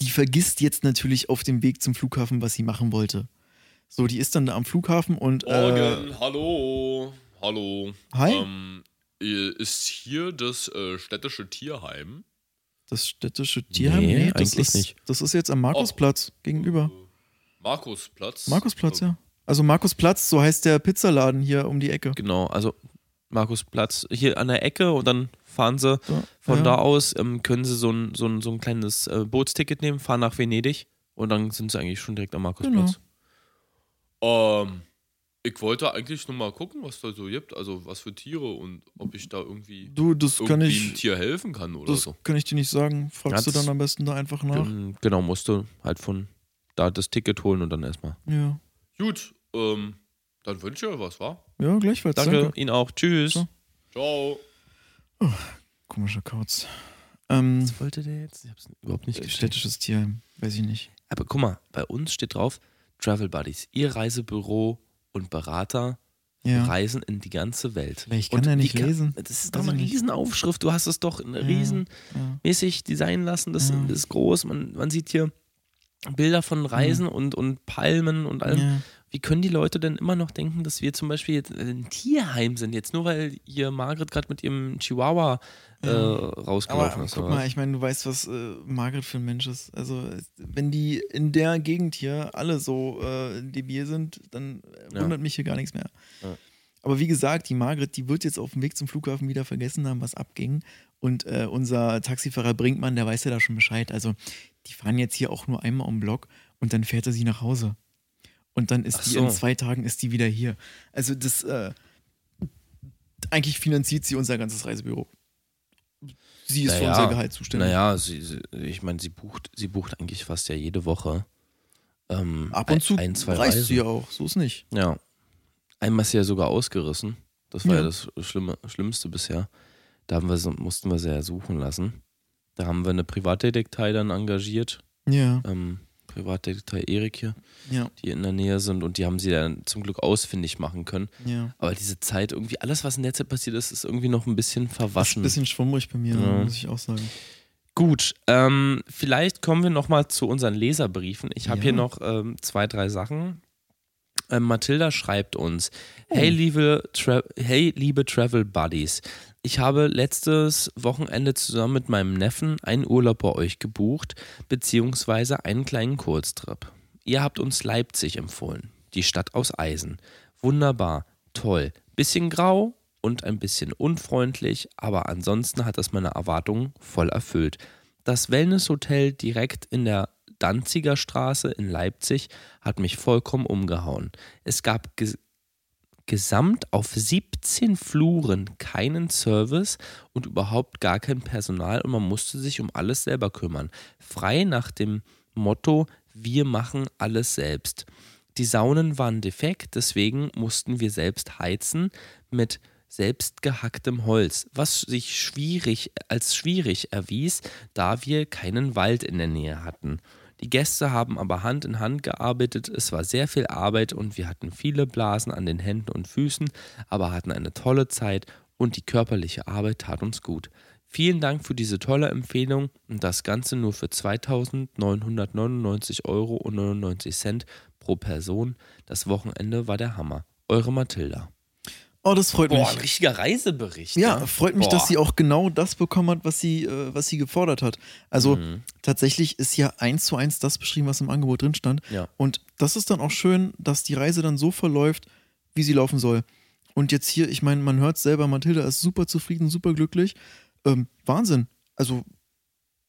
Speaker 3: die vergisst jetzt natürlich auf dem Weg zum Flughafen, was sie machen wollte. So, die ist dann da am Flughafen und äh,
Speaker 4: Morgen, hallo, hallo.
Speaker 3: Hi.
Speaker 4: Ähm, ist hier das äh, städtische Tierheim?
Speaker 3: das städtische Tierheim,
Speaker 2: Nee,
Speaker 3: nee, das,
Speaker 2: eigentlich
Speaker 3: ist,
Speaker 2: nicht.
Speaker 3: das ist jetzt am
Speaker 4: Oh.
Speaker 3: Markusplatz gegenüber.
Speaker 4: Äh, Markusplatz.
Speaker 3: Markusplatz,
Speaker 4: Ähm,
Speaker 3: ja. Also Markusplatz, so heißt der Pizzaladen hier um die Ecke.
Speaker 2: Genau, also Markusplatz hier an der Ecke und dann fahren sie
Speaker 3: Da,
Speaker 2: von
Speaker 3: ja.
Speaker 2: da aus, ähm, können sie so ein, so ein, so ein kleines äh, Bootsticket nehmen, fahren nach Venedig und dann sind sie eigentlich schon direkt am Markusplatz.
Speaker 4: Ähm, ich wollte eigentlich nur mal gucken, was da so gibt, also was für Tiere und ob ich da irgendwie,
Speaker 3: Du, das kann
Speaker 4: irgendwie einem
Speaker 3: ich,
Speaker 4: Tier helfen kann oder
Speaker 3: das
Speaker 4: so.
Speaker 3: kann ich dir nicht sagen. Fragst du
Speaker 2: Ja,
Speaker 3: dann
Speaker 2: das-
Speaker 3: am besten da einfach nach.
Speaker 2: Gen- Genau, musste halt von da das Ticket holen und dann erstmal.
Speaker 3: Ja,
Speaker 4: Gut, ähm, dann wünsche ich euch was, wa?
Speaker 3: ja gleichfalls.
Speaker 2: Danke, Ihnen auch. Tschüss.
Speaker 3: So.
Speaker 4: Ciao.
Speaker 3: Komischer Kauz. Ähm,
Speaker 2: Was wollte der jetzt? Ich hab's überhaupt nicht gestellt.
Speaker 3: städtisches Tierheim, weiß ich nicht.
Speaker 2: Aber guck mal, bei uns steht drauf: Travel Buddies, Ihr Reisebüro und Berater
Speaker 3: Ja.
Speaker 2: reisen in die ganze Welt.
Speaker 3: Vielleicht kann
Speaker 2: Und
Speaker 3: er nicht
Speaker 2: wie ka-
Speaker 3: lesen.
Speaker 2: Das ist doch
Speaker 3: Weiß
Speaker 2: eine
Speaker 3: ich nicht.
Speaker 2: Riesenaufschrift. Du hast es doch in riesen
Speaker 3: ja.
Speaker 2: mäßig designen lassen. Das,
Speaker 3: Ja.
Speaker 2: das ist groß. Man, man sieht hier Bilder von Reisen und, und Palmen und allem.
Speaker 3: Ja.
Speaker 2: Wie können die Leute denn immer noch denken, dass wir zum Beispiel jetzt ein Tierheim sind? Jetzt nur, weil hier Margret gerade mit ihrem Chihuahua äh,
Speaker 3: Aber
Speaker 2: rausgelaufen ist.
Speaker 3: guck
Speaker 2: oder?
Speaker 3: mal, ich meine, du weißt, was äh, Margret für ein Mensch ist. Also, äh, wenn die in der Gegend hier alle so äh, debil sind, dann äh,
Speaker 2: Ja.
Speaker 3: wundert mich hier gar nichts mehr.
Speaker 2: Ja.
Speaker 3: Aber wie gesagt, die Margret, die wird jetzt auf dem Weg zum Flughafen wieder vergessen haben, was abging. Und äh, unser Taxifahrer Brinkmann, der weiß ja da schon Bescheid. Also, die fahren jetzt hier auch nur einmal um den Block und dann fährt er sie nach Hause. Und dann ist
Speaker 2: Ach
Speaker 3: die
Speaker 2: so.
Speaker 3: in zwei Tagen ist die wieder hier. Also, das äh, eigentlich finanziert sie unser ganzes Reisebüro. Sie ist für
Speaker 2: Naja,
Speaker 3: unser Gehalt zuständig.
Speaker 2: Naja, sie, sie, ich meine, sie bucht, sie bucht eigentlich fast ja jede Woche. Ähm,
Speaker 3: Ab und zu
Speaker 2: ein, zwei
Speaker 3: reist
Speaker 2: Reisen.
Speaker 3: sie ja auch, so ist nicht.
Speaker 2: Ja. Einmal ist sie ja sogar ausgerissen. Das war ja,
Speaker 3: Ja.
Speaker 2: das Schlimme, Schlimmste bisher. Da haben wir, so- mussten wir sie ja suchen lassen. Da haben wir eine Privatdetektei dann engagiert.
Speaker 3: Ja,
Speaker 2: Ähm, Privatdetektei Erik hier,
Speaker 3: ja,
Speaker 2: die in der Nähe sind und die haben sie dann zum Glück ausfindig machen können.
Speaker 3: ja.
Speaker 2: Aber diese Zeit, irgendwie, alles, was in der Zeit passiert ist, ist irgendwie noch ein bisschen verwaschen.
Speaker 3: Bisschen schwummrig bei mir,
Speaker 2: Ja.
Speaker 3: muss ich auch sagen.
Speaker 2: Gut, ähm, vielleicht kommen wir nochmal zu unseren Leserbriefen. Ich habe
Speaker 3: Ja.
Speaker 2: hier noch ähm, zwei, drei Sachen. Ähm, Mathilda schreibt uns: hey liebe, Tra hey, liebe Travel Buddies, ich habe letztes Wochenende zusammen mit meinem Neffen einen Urlaub bei euch gebucht, beziehungsweise einen kleinen Kurztrip. Ihr habt uns Leipzig empfohlen, die Stadt aus Eisen. Wunderbar, toll, bisschen grau und ein bisschen unfreundlich, aber ansonsten hat das meine Erwartungen voll erfüllt. Das Wellnesshotel direkt in der Danziger Straße in Leipzig hat mich vollkommen umgehauen. Es gab ges gesamt auf 17 Fluren keinen Service und überhaupt gar kein Personal und man musste sich um alles selber kümmern. Frei nach dem Motto, wir machen alles selbst. Die Saunen waren defekt, deswegen mussten wir selbst heizen mit selbst gehacktem Holz, was sich schwierig als schwierig erwies, da wir keinen Wald in der Nähe hatten. Die Gäste haben aber Hand in Hand gearbeitet, es war sehr viel Arbeit und wir hatten viele Blasen an den Händen und Füßen, aber hatten eine tolle Zeit und die körperliche Arbeit tat uns gut. Vielen Dank für diese tolle Empfehlung und das Ganze nur für 2.999,99 Euro pro Person. Das Wochenende war der Hammer. Eure Mathilda.
Speaker 3: Oh, das freut
Speaker 2: Boah, ein
Speaker 3: mich.
Speaker 2: richtiger Reisebericht.
Speaker 3: Ja,
Speaker 2: ne?
Speaker 3: freut mich,
Speaker 2: Boah.
Speaker 3: dass sie auch genau das bekommen hat, was sie, äh, was sie gefordert hat. Also
Speaker 2: Mhm.
Speaker 3: tatsächlich ist hier eins zu eins das beschrieben, was im Angebot drin stand.
Speaker 2: Ja.
Speaker 3: Und das ist dann auch schön, dass die Reise dann so verläuft, wie sie laufen soll. Und jetzt hier, ich meine, man hört selber, Mathilda ist super zufrieden, super glücklich. Ähm, Wahnsinn. Also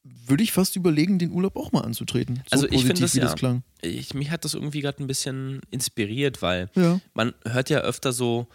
Speaker 3: würde ich fast überlegen, den Urlaub auch mal anzutreten. So
Speaker 2: also ich
Speaker 3: positiv,
Speaker 2: finde das,
Speaker 3: wie
Speaker 2: ja,
Speaker 3: das klang.
Speaker 2: Ich, mich hat das irgendwie gerade ein bisschen inspiriert, weil
Speaker 3: Ja.
Speaker 2: man hört ja öfter so,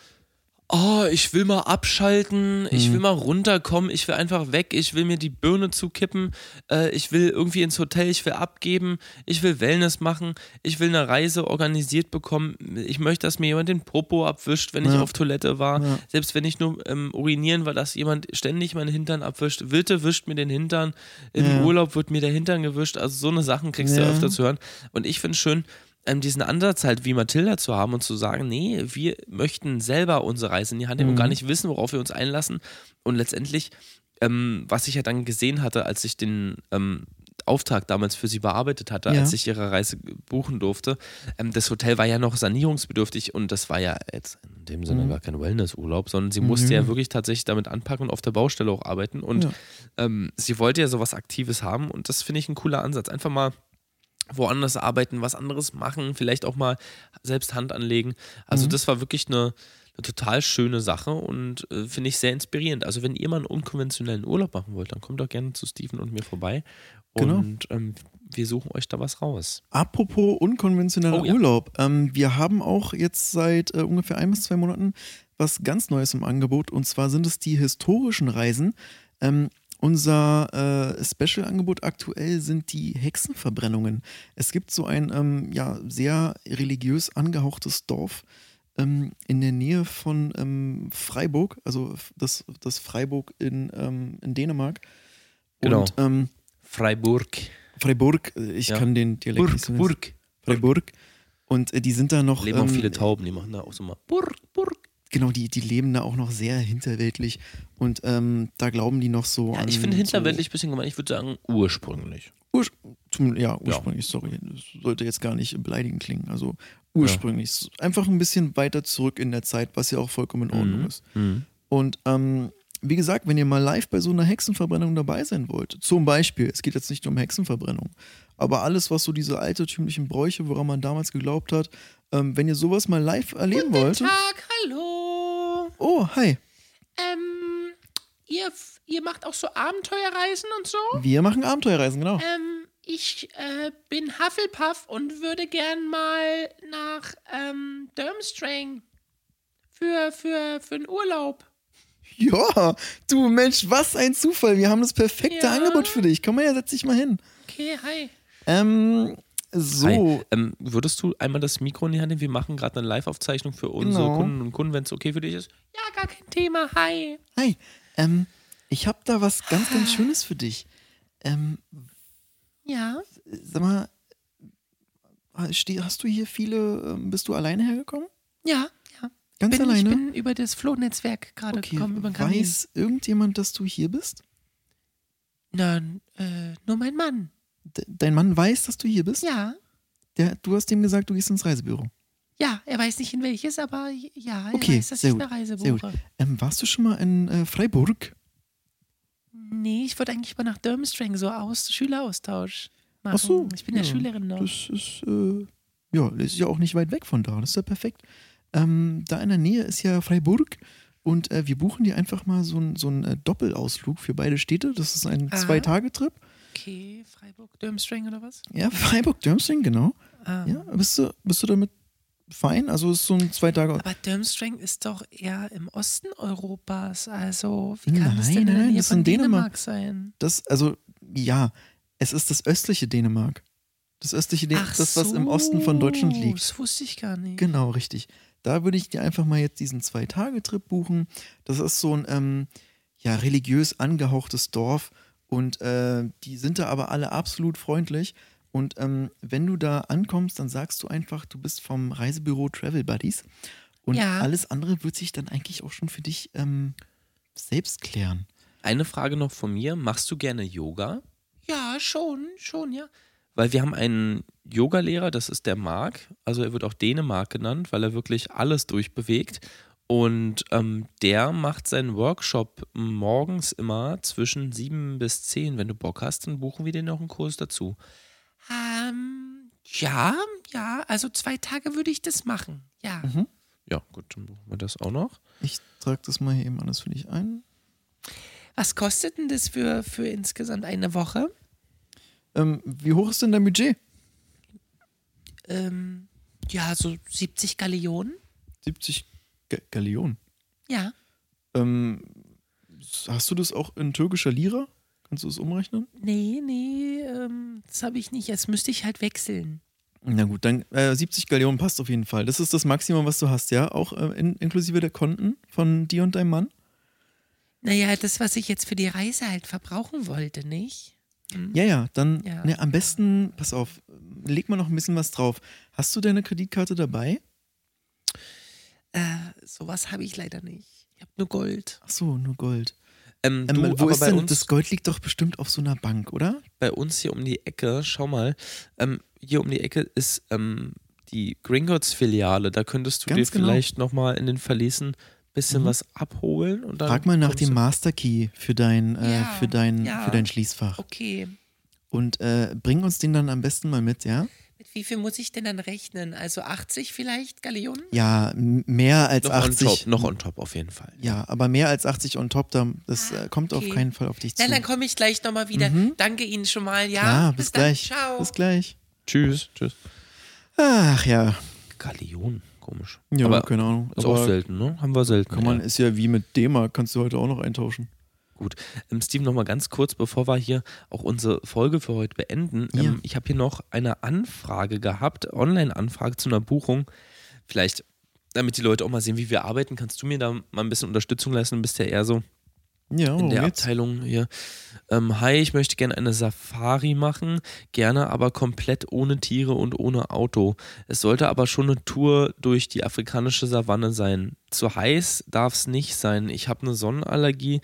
Speaker 2: oh, ich will mal abschalten,
Speaker 3: Mhm.
Speaker 2: ich will mal runterkommen, ich will einfach weg, ich will mir die Birne zukippen, äh, ich will irgendwie ins Hotel, ich will abgeben, ich will Wellness machen, ich will eine Reise organisiert bekommen, ich möchte, dass mir jemand den Popo abwischt, wenn ich
Speaker 3: Ja.
Speaker 2: auf Toilette war,
Speaker 3: Ja.
Speaker 2: selbst wenn ich nur ähm, urinieren war, dass jemand ständig meinen Hintern abwischt, Wirte wischt mir den Hintern, im
Speaker 3: Ja.
Speaker 2: Urlaub wird mir der Hintern gewischt, also so eine Sachen kriegst du
Speaker 3: Ja.
Speaker 2: ja öfter zu hören und ich finde schön, ähm, diesen Ansatz halt wie Mathilda zu haben und zu sagen, nee, wir möchten selber unsere Reise in die Hand nehmen
Speaker 3: Mhm.
Speaker 2: und gar nicht wissen, worauf wir uns einlassen. Und letztendlich, ähm, was ich ja dann gesehen hatte, als ich den ähm, Auftrag damals für sie bearbeitet hatte,
Speaker 3: Ja.
Speaker 2: als ich ihre Reise buchen durfte, ähm, das Hotel war ja noch sanierungsbedürftig und das war ja jetzt in dem Sinne
Speaker 3: Mhm.
Speaker 2: gar kein Wellnessurlaub, sondern sie musste ja wirklich tatsächlich damit anpacken und auf der Baustelle auch arbeiten. Und
Speaker 3: Ja.
Speaker 2: ähm, sie wollte ja sowas Aktives haben und das finde ich ein cooler Ansatz. Einfach mal woanders arbeiten, was anderes machen, vielleicht auch mal selbst Hand anlegen. Also das war wirklich eine, eine total schöne Sache und äh, finde ich sehr inspirierend. Also wenn ihr mal einen unkonventionellen Urlaub machen wollt, dann kommt doch gerne zu Steven und mir vorbei
Speaker 3: Genau.
Speaker 2: und ähm, wir suchen euch da was raus.
Speaker 3: Apropos unkonventioneller
Speaker 2: Oh, ja.
Speaker 3: Urlaub. Ähm, wir haben auch jetzt seit äh, ungefähr ein bis zwei Monaten was ganz Neues im Angebot. Und zwar sind es die historischen Reisen. Ähm, unser äh, Special-Angebot aktuell sind die Hexenverbrennungen. Es gibt so ein ähm, ja, sehr religiös angehauchtes Dorf ähm, in der Nähe von ähm, Freiburg, also f- das, das Freiburg in, ähm, in Dänemark.
Speaker 2: Genau.
Speaker 3: Und, ähm,
Speaker 2: Freiburg.
Speaker 3: Freiburg, äh, ich
Speaker 2: Ja.
Speaker 3: kann den Dialekt nicht
Speaker 2: Burg,
Speaker 3: so
Speaker 2: Burg.
Speaker 3: Freiburg. Und äh, die sind da noch.
Speaker 2: Leben auch
Speaker 3: ähm,
Speaker 2: viele Tauben, die machen da auch so mal Burg, Burg.
Speaker 3: Genau, die, die leben da auch noch sehr hinterweltlich. Und ähm, da glauben die noch so
Speaker 2: Ja,
Speaker 3: an.
Speaker 2: ich finde hinterweltlich ein bisschen gemein, ich würde sagen ursprünglich.
Speaker 3: So Ursch zum, ja, ursprünglich, sorry. Das sollte jetzt gar nicht beleidigend klingen. Also ursprünglich. S- Einfach ein bisschen weiter zurück in der Zeit, was ja auch vollkommen in
Speaker 2: Mhm.
Speaker 3: Ordnung ist. Und ähm, wie gesagt, wenn ihr mal live bei so einer Hexenverbrennung dabei sein wollt, zum Beispiel, es geht jetzt nicht nur um Hexenverbrennung, aber alles, was so diese altertümlichen Bräuche, woran man damals geglaubt hat, ähm, wenn ihr sowas mal live erleben wollt.
Speaker 6: Tag, hallo.
Speaker 3: Oh, hi.
Speaker 6: Ähm, ihr, ihr macht auch so Abenteuerreisen und so?
Speaker 3: Wir machen Abenteuerreisen, genau.
Speaker 6: Ähm, ich äh, bin Hufflepuff und würde gern mal nach ähm, Durmstrang für, für, für einen Urlaub.
Speaker 3: Ja, du Mensch, was ein Zufall. Wir haben das perfekte
Speaker 6: Ja.
Speaker 3: Angebot für dich. Komm mal her, setz dich mal hin.
Speaker 6: Okay, hi.
Speaker 3: Ähm, so.
Speaker 2: Hi. Ähm, würdest du einmal das Mikro in die Hand nehmen? Wir machen gerade eine Live-Aufzeichnung für unsere
Speaker 3: Genau.
Speaker 2: Kunden und Kunden, wenn es okay für dich ist.
Speaker 6: Ja, gar kein Thema, hi.
Speaker 3: Hi. Ähm, ich habe da was ganz, ganz Schönes für dich. Ähm,
Speaker 6: Ja,
Speaker 3: sag mal, ste- hast du hier viele, ähm, bist du alleine hergekommen?
Speaker 6: ja, ja.
Speaker 3: Ganz
Speaker 6: Bin, ich
Speaker 3: alleine?
Speaker 6: bin über das Flohnetzwerk gerade
Speaker 3: okay.
Speaker 6: gekommen, über den Kamin.
Speaker 3: Weiß irgendjemand, dass du hier bist?
Speaker 6: Nein, äh, nur mein Mann.
Speaker 3: De dein Mann weiß, dass du hier bist?
Speaker 6: Ja,
Speaker 3: Der, du hast ihm gesagt, du gehst ins Reisebüro.
Speaker 6: ja, er weiß nicht in welches, aber j- ja, er
Speaker 3: Okay,
Speaker 6: weiß, dass
Speaker 3: sehr
Speaker 6: ich
Speaker 3: gut,
Speaker 6: eine Reise
Speaker 3: sehr gut.
Speaker 6: buche.
Speaker 3: Ähm, warst du schon mal in äh, Freiburg?
Speaker 6: Nee, ich wollte eigentlich mal nach Durmstrang so aus Schüleraustausch machen.
Speaker 3: Ach so.
Speaker 6: Ich bin ja, Schülerin ne? noch.
Speaker 3: Das ist, äh, ja, das ist ja auch nicht weit weg von da. Das ist ja perfekt. Ähm, da in der Nähe ist ja Freiburg und äh, wir buchen dir einfach mal so einen so einen, äh, Doppelausflug für beide Städte. Das ist ein
Speaker 6: Aha.
Speaker 3: Zwei-Tage-Trip.
Speaker 6: Okay, Freiburg, Durmstrang oder was?
Speaker 3: Ja, Freiburg-Dörmsing, genau.
Speaker 6: Ah.
Speaker 3: Ja, bist du, bist du damit fein? Also ist so ein Zwei-Tage.
Speaker 6: Aber Durmstrang ist doch eher im Osten Europas. Also, wie
Speaker 3: Nein,
Speaker 6: kann das denn in
Speaker 3: nein,
Speaker 6: der Nähe
Speaker 3: das ist
Speaker 6: von
Speaker 3: in Dänemark.
Speaker 6: Dänemark sein?
Speaker 3: Das, also, ja, es ist das östliche Dänemark. Das östliche Dänemark, das, was im Osten von Deutschland
Speaker 6: so,
Speaker 3: liegt.
Speaker 6: Das wusste ich gar nicht.
Speaker 3: Genau, richtig. Da würde ich dir einfach mal jetzt diesen Zwei-Tage-Trip buchen. Das ist so ein ähm, ja, religiös angehauchtes Dorf und äh, die sind da aber alle absolut freundlich. Und ähm, wenn du da ankommst, dann sagst du einfach, du bist vom Reisebüro Travel Buddies. Und
Speaker 6: Ja.
Speaker 3: alles andere wird sich dann eigentlich auch schon für dich ähm, selbst klären.
Speaker 2: Eine Frage noch von mir. Machst du gerne Yoga?
Speaker 6: Ja, schon, schon, ja.
Speaker 2: Weil wir haben einen Yogalehrer, das ist der Marc. Also er wird auch Dänemark genannt, weil er wirklich alles durchbewegt. Und ähm, der macht seinen Workshop morgens immer zwischen 7 bis 10. Wenn du Bock hast, dann buchen wir dir noch einen Kurs dazu.
Speaker 6: Ähm, ja, ja, also zwei Tage würde ich das machen. Ja.
Speaker 2: Ja, gut, dann buchen wir das auch noch.
Speaker 3: Ich trage das mal hier eben alles für dich ein.
Speaker 6: Was kostet denn das für, für insgesamt eine Woche?
Speaker 3: Ähm, wie hoch ist denn dein Budget?
Speaker 6: Ähm, ja, so 70 Gallionen.
Speaker 3: 70 Ga- Gallionen.
Speaker 6: Ja.
Speaker 3: Ähm, hast du das auch in türkischer Lira? Kannst du es umrechnen?
Speaker 6: Nee, nee, ähm, das habe ich nicht. Jetzt müsste ich halt wechseln.
Speaker 3: Na gut, dann äh, 70 Gallionen passt auf jeden Fall. Das ist das Maximum, was du hast, ja? Auch äh, in, inklusive der Konten von dir und deinem Mann?
Speaker 6: Naja, das, was ich jetzt für die Reise halt verbrauchen wollte, nicht?
Speaker 3: Ja, ja, dann
Speaker 6: Ja.
Speaker 3: Ne, am besten, pass auf, leg mal noch ein bisschen was drauf. Hast du deine Kreditkarte dabei?
Speaker 6: Äh, sowas habe ich leider nicht. Ich habe nur Gold.
Speaker 3: Ach so, nur Gold.
Speaker 2: Ähm,
Speaker 3: Ähm,
Speaker 2: du,
Speaker 3: wo
Speaker 2: aber
Speaker 3: ist
Speaker 2: bei
Speaker 3: denn,
Speaker 2: uns,
Speaker 3: das Gold liegt doch bestimmt auf so einer Bank, oder?
Speaker 2: bei uns hier um die Ecke, schau mal, ähm, hier um die Ecke ist ähm, die Gringotts-Filiale. Da könntest du
Speaker 3: Ganz
Speaker 2: dir
Speaker 3: genau. Mhm.
Speaker 2: vielleicht nochmal in den Verließen ein bisschen was abholen. Und dann
Speaker 3: Frag mal nach
Speaker 2: kommst
Speaker 3: dem
Speaker 2: du-
Speaker 3: Master Key für dein, äh,
Speaker 6: Ja,
Speaker 3: für dein,
Speaker 6: ja.
Speaker 3: für dein Schließfach.
Speaker 6: Okay.
Speaker 3: Und äh, bring uns den dann am besten mal mit, ja?
Speaker 6: Mit wie viel muss ich denn dann rechnen? Also 80 vielleicht Gallionen?
Speaker 3: Ja, m- mehr als
Speaker 2: noch
Speaker 3: 80.
Speaker 2: On top, ne? noch on top auf jeden Fall.
Speaker 3: Ja, aber mehr als 80 on top, dann, das äh, kommt auf
Speaker 6: Ah, okay.
Speaker 3: keinen Fall auf dich zu.
Speaker 6: Dann, dann komme ich gleich nochmal wieder. Danke Ihnen schon mal. Ja,
Speaker 3: Mhm. Klar, bis,
Speaker 6: dann.
Speaker 3: gleich.
Speaker 6: Ciao.
Speaker 3: Bis gleich.
Speaker 2: Tschüss. Tschüss.
Speaker 3: Ach ja,
Speaker 2: Gallionen, komisch.
Speaker 3: ja
Speaker 2: aber
Speaker 3: keine Ahnung.
Speaker 2: ist auch
Speaker 3: aber
Speaker 2: selten, ne? Haben wir selten.
Speaker 3: kann man,
Speaker 2: ja.
Speaker 3: ist ja wie mit D-Mark, kannst du heute auch noch eintauschen.
Speaker 2: Gut. Ähm, Steven, nochmal ganz kurz, bevor wir hier auch unsere Folge für heute beenden. Ähm, ich habe hier noch eine Anfrage gehabt, Online-Anfrage zu einer Buchung. Vielleicht, damit die Leute auch mal sehen, wie wir arbeiten, kannst du mir da mal ein bisschen Unterstützung leisten. Du bist ja eher so
Speaker 3: Ja,
Speaker 2: in
Speaker 3: warum
Speaker 2: der
Speaker 3: geht's?
Speaker 2: Abteilung hier. Ähm, hi, ich möchte gerne eine Safari machen, gerne aber komplett ohne Tiere und ohne Auto. Es sollte aber schon eine Tour durch die afrikanische Savanne sein. Zu heiß darf es nicht sein. Ich habe eine Sonnenallergie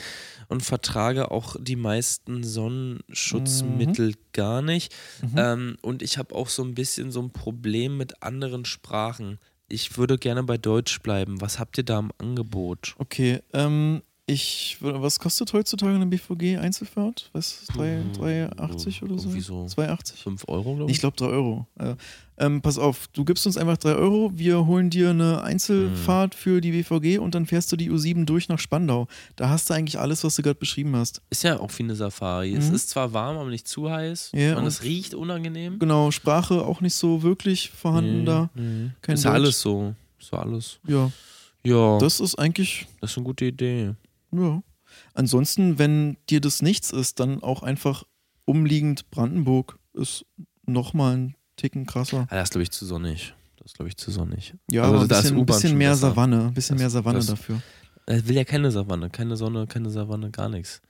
Speaker 2: und vertrage auch die meisten Sonnenschutzmittel gar nicht. Ähm, und ich habe auch so ein bisschen so ein Problem mit anderen Sprachen. Ich würde gerne bei Deutsch bleiben. Was habt ihr da im Angebot?
Speaker 3: Okay, ähm, ich, was kostet heutzutage eine BVG Einzelfahrt? Was, 3,80 oder so?
Speaker 2: irgendwie so.
Speaker 3: 2,80?
Speaker 2: 5 Euro, glaube
Speaker 3: Ich glaube 3 Euro. Äh, ähm, pass auf, du gibst uns einfach 3 Euro, wir holen dir eine
Speaker 2: Hm.
Speaker 3: Einzelfahrt für die BVG und dann fährst du die U7 durch nach Spandau. Da hast du eigentlich alles, was du gerade beschrieben hast.
Speaker 2: Ist ja auch wie eine Safari. Es
Speaker 3: Mhm.
Speaker 2: ist zwar warm, aber nicht zu heiß.
Speaker 3: Ja,
Speaker 2: und
Speaker 3: und-
Speaker 2: es riecht unangenehm.
Speaker 3: Genau, Sprache auch nicht so wirklich vorhanden da. Mhm. Kein
Speaker 2: ist ja
Speaker 3: Deutsch.
Speaker 2: alles so. Ist ja alles.
Speaker 3: Ja,
Speaker 2: Ja, das,
Speaker 3: das ist eigentlich,
Speaker 2: ist eine gute Idee.
Speaker 3: ja. Ansonsten, wenn dir das nichts ist, dann auch einfach umliegend Brandenburg ist nochmal ein Ticken krasser.
Speaker 2: Ah, das ist, glaube ich, zu sonnig. Das ist, glaube ich, zu sonnig.
Speaker 3: Ja,
Speaker 2: Also
Speaker 3: aber ein
Speaker 2: da ist
Speaker 3: bisschen, ein
Speaker 2: U-Bahn
Speaker 3: bisschen
Speaker 2: schon
Speaker 3: mehr
Speaker 2: besser.
Speaker 3: Savanne, ein bisschen
Speaker 2: Das-
Speaker 3: mehr Savanne
Speaker 2: das-
Speaker 3: dafür.
Speaker 2: Er will ja keine Savanne, keine Sonne, keine Savanne, gar nichts.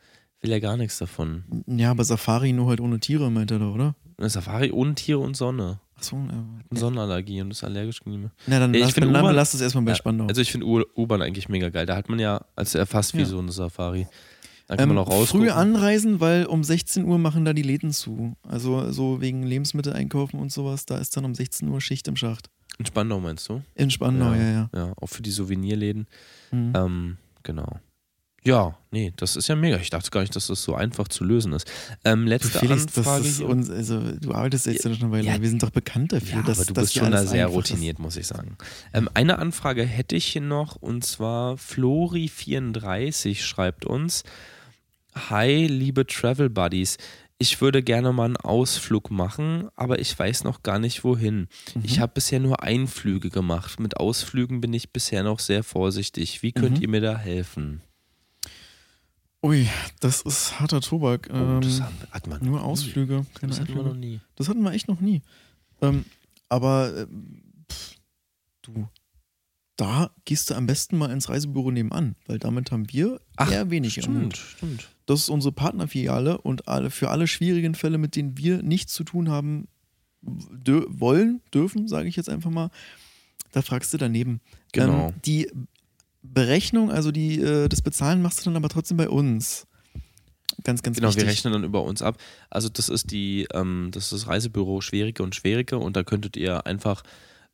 Speaker 2: Will ja gar nichts davon.
Speaker 3: Ja, aber Safari nur halt ohne Tiere, meint er da, oder?
Speaker 2: Eine Safari ohne Tiere und Sonne.
Speaker 3: Achso, ja.
Speaker 2: Eine Sonnenallergie und ist allergisch gegen die Milch.
Speaker 3: Na, dann,
Speaker 2: Ich
Speaker 3: lass,
Speaker 2: finde
Speaker 3: dann
Speaker 2: U-Bahn-
Speaker 3: lass es erstmal bei
Speaker 2: Ja,
Speaker 3: Spandau.
Speaker 2: Also ich finde U- U-Bahn eigentlich mega geil. Da hat man ja, also er fast wie
Speaker 3: Ja.
Speaker 2: so eine Safari. Da kann
Speaker 3: ähm,
Speaker 2: man auch raus.
Speaker 3: früh anreisen, weil um 16 Uhr machen da die Läden zu. Also so wegen Lebensmittel einkaufen und sowas, da ist dann um 16 Uhr Schicht im Schacht.
Speaker 2: In Spandau meinst du?
Speaker 3: In Spandau, ja, ja.
Speaker 2: ja. Auch für die Souvenirläden.
Speaker 3: Mhm.
Speaker 2: Ähm, genau. Ja, nee, das ist ja mega. Ich dachte gar nicht, dass das so einfach zu lösen ist. Ähm,
Speaker 3: Du
Speaker 2: letzte
Speaker 3: Felix, das
Speaker 2: Anfrage.
Speaker 3: ist
Speaker 2: hier.
Speaker 3: uns, also du arbeitest jetzt ja schon eine Weile. Wir sind doch bekannt dafür,
Speaker 2: ja,
Speaker 3: dass
Speaker 2: aber du
Speaker 3: dass
Speaker 2: bist
Speaker 3: Also hier
Speaker 2: schon da
Speaker 3: alles
Speaker 2: sehr
Speaker 3: einfach ist.
Speaker 2: routiniert, muss ich sagen. Ähm, eine Anfrage hätte ich hier noch und zwar Flori34 schreibt uns: Hi, liebe Travel Buddies. Ich würde gerne mal einen Ausflug machen, aber ich weiß noch gar nicht wohin.
Speaker 3: Mhm.
Speaker 2: Ich habe bisher nur Einflüge gemacht. Mit Ausflügen bin ich bisher noch sehr vorsichtig. Wie
Speaker 3: Mhm.
Speaker 2: könnt ihr mir da helfen?
Speaker 3: Ui, das ist harter Tobak.
Speaker 2: Oh,
Speaker 3: Ähm,
Speaker 2: das haben wir, hat man
Speaker 3: nur
Speaker 2: nie.
Speaker 3: Ausflüge, keine
Speaker 2: Das hatten wir
Speaker 3: Einflüge.
Speaker 2: noch nie.
Speaker 3: Das hatten wir echt noch nie. Ähm, aber ähm, pff, du, da gehst du am besten mal ins Reisebüro nebenan, weil damit haben wir
Speaker 2: Ach,
Speaker 3: eher wenig am
Speaker 2: Stimmt,
Speaker 3: Hut.
Speaker 2: stimmt.
Speaker 3: Das ist unsere Partnerfiliale und alle, für alle schwierigen Fälle, mit denen wir nichts zu tun haben dö wollen, dürfen, sage ich jetzt einfach mal, da fragst du daneben.
Speaker 2: Genau.
Speaker 3: Ähm, die Berechnung, also die, äh, das Bezahlen machst du dann aber trotzdem bei uns. Ganz, ganz
Speaker 2: Genau,
Speaker 3: wichtig.
Speaker 2: wir rechnen dann über uns ab. Also das ist die, ähm, das ist das Reisebüro Schwierige und Schwierige und da könntet ihr einfach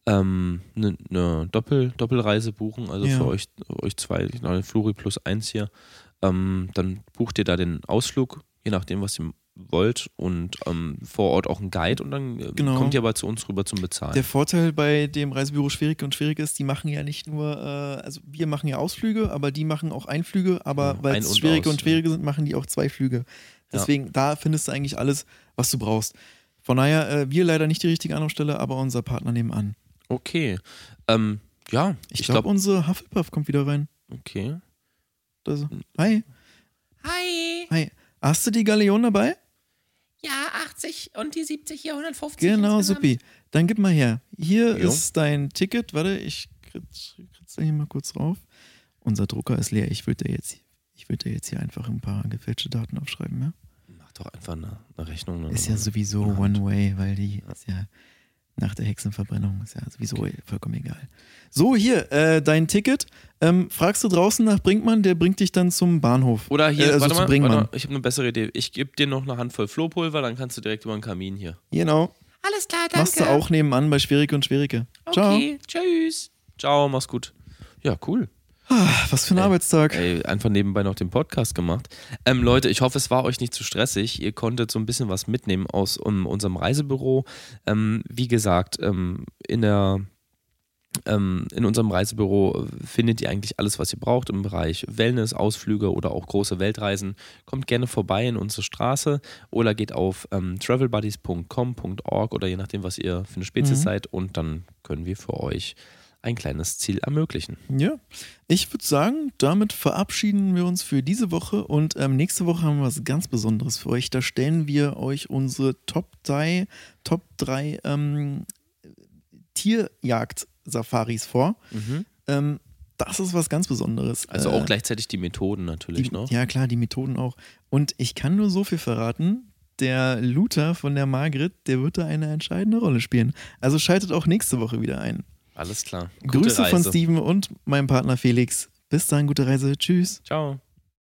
Speaker 2: eine ähm, ne- ne Doppel, Doppelreise buchen, also
Speaker 3: Ja.
Speaker 2: für euch, euch zwei, genau, Fluri plus eins hier. Ähm, dann bucht ihr da den Ausflug, je nachdem, was ihr wollt und ähm, vor Ort auch einen Guide und dann äh,
Speaker 3: Genau.
Speaker 2: kommt ihr aber zu uns rüber zum Bezahlen.
Speaker 3: Der Vorteil bei dem Reisebüro Schwierig und Schwierig ist, die machen ja nicht nur, äh, also wir machen ja Ausflüge, aber die machen auch Einflüge, aber weil
Speaker 2: Ja, Genau, ein
Speaker 3: es
Speaker 2: und
Speaker 3: Schwierige
Speaker 2: aus,
Speaker 3: und Schwierige sind, machen die auch zwei Flüge. Deswegen, da findest du eigentlich alles, was du brauchst. Von daher, äh, wir leider nicht die richtige Anlaufstelle, aber unser Partner nebenan.
Speaker 2: okay. Ähm, ja,
Speaker 3: Ich, glaube, unsere Hufflepuff kommt wieder rein.
Speaker 2: okay.
Speaker 3: Das,
Speaker 2: Hm.
Speaker 3: hi,
Speaker 6: Hi.
Speaker 3: hi. Hast du die Galeon dabei?
Speaker 6: Ja, 80 und die 70 hier 150.
Speaker 3: Genau,
Speaker 6: insgesamt.
Speaker 3: supi. Dann gib mal her. Hier
Speaker 2: Jo.
Speaker 3: ist dein Ticket. Warte, ich kritz- kritzel hier mal kurz drauf. Unser Drucker ist leer. Ich würde dir jetzt, ich würd dir jetzt hier einfach ein paar gefälschte Daten aufschreiben. Ja?
Speaker 2: Mach doch einfach eine, eine Rechnung. ne?
Speaker 3: Ist ja sowieso One-Way, weil die ist ja nach der Hexenverbrennung. Ist ja sowieso vollkommen egal. So, hier, äh, dein Ticket. Ähm, fragst du draußen nach Brinkmann, der bringt dich dann zum Bahnhof.
Speaker 2: Oder hier,
Speaker 3: äh, also
Speaker 2: warte,
Speaker 3: zu
Speaker 2: mal,
Speaker 3: Brinkmann.
Speaker 2: warte mal, ich habe eine bessere Idee. Ich gebe dir noch eine Handvoll Flohpulver, dann kannst du direkt über den Kamin hier.
Speaker 3: Genau.
Speaker 6: Alles klar, danke.
Speaker 3: Machst du auch nebenan bei Schwierige und Schwierige. Ciao.
Speaker 6: Okay, tschüss.
Speaker 2: Ciao, mach's gut. Ja, cool.
Speaker 3: Was
Speaker 2: Äh,
Speaker 3: für ein Arbeitstag.
Speaker 2: Ey, einfach nebenbei noch den Podcast gemacht. Ähm, Leute, ich hoffe, es war euch nicht zu stressig. Ihr konntet so ein bisschen was mitnehmen aus um, unserem Reisebüro. Ähm, wie gesagt, ähm, in der ähm, in unserem Reisebüro äh, findet ihr eigentlich alles, was ihr braucht im Bereich Wellness, Ausflüge oder auch große Weltreisen. Kommt gerne vorbei in unsere Straße oder geht auf ähm, travelbuddies.com.org oder je nachdem, was ihr für eine Spezies
Speaker 3: Mhm.
Speaker 2: seid und dann können wir für euch ein kleines Ziel ermöglichen.
Speaker 3: Ja, ich würde sagen, damit verabschieden wir uns für diese Woche und ähm, nächste Woche haben wir was ganz Besonderes für euch. Da stellen wir euch unsere Top 3, Top 3 ähm, Tierjagd-Safaris vor. Ähm, das ist was ganz Besonderes.
Speaker 2: Mhm. Also auch
Speaker 3: Äh,
Speaker 2: gleichzeitig die Methoden natürlich,
Speaker 3: die,
Speaker 2: ne?
Speaker 3: Ja, klar, die Methoden auch. Und ich kann nur so viel verraten. Der Luther von der Margrit, der wird da eine entscheidende Rolle spielen. Also schaltet auch nächste Woche wieder ein.
Speaker 2: Alles klar.
Speaker 3: Grüße von
Speaker 2: Reise.
Speaker 3: Steven und meinem Partner Felix. Bis dann, gute Reise. Tschüss.
Speaker 2: Ciao.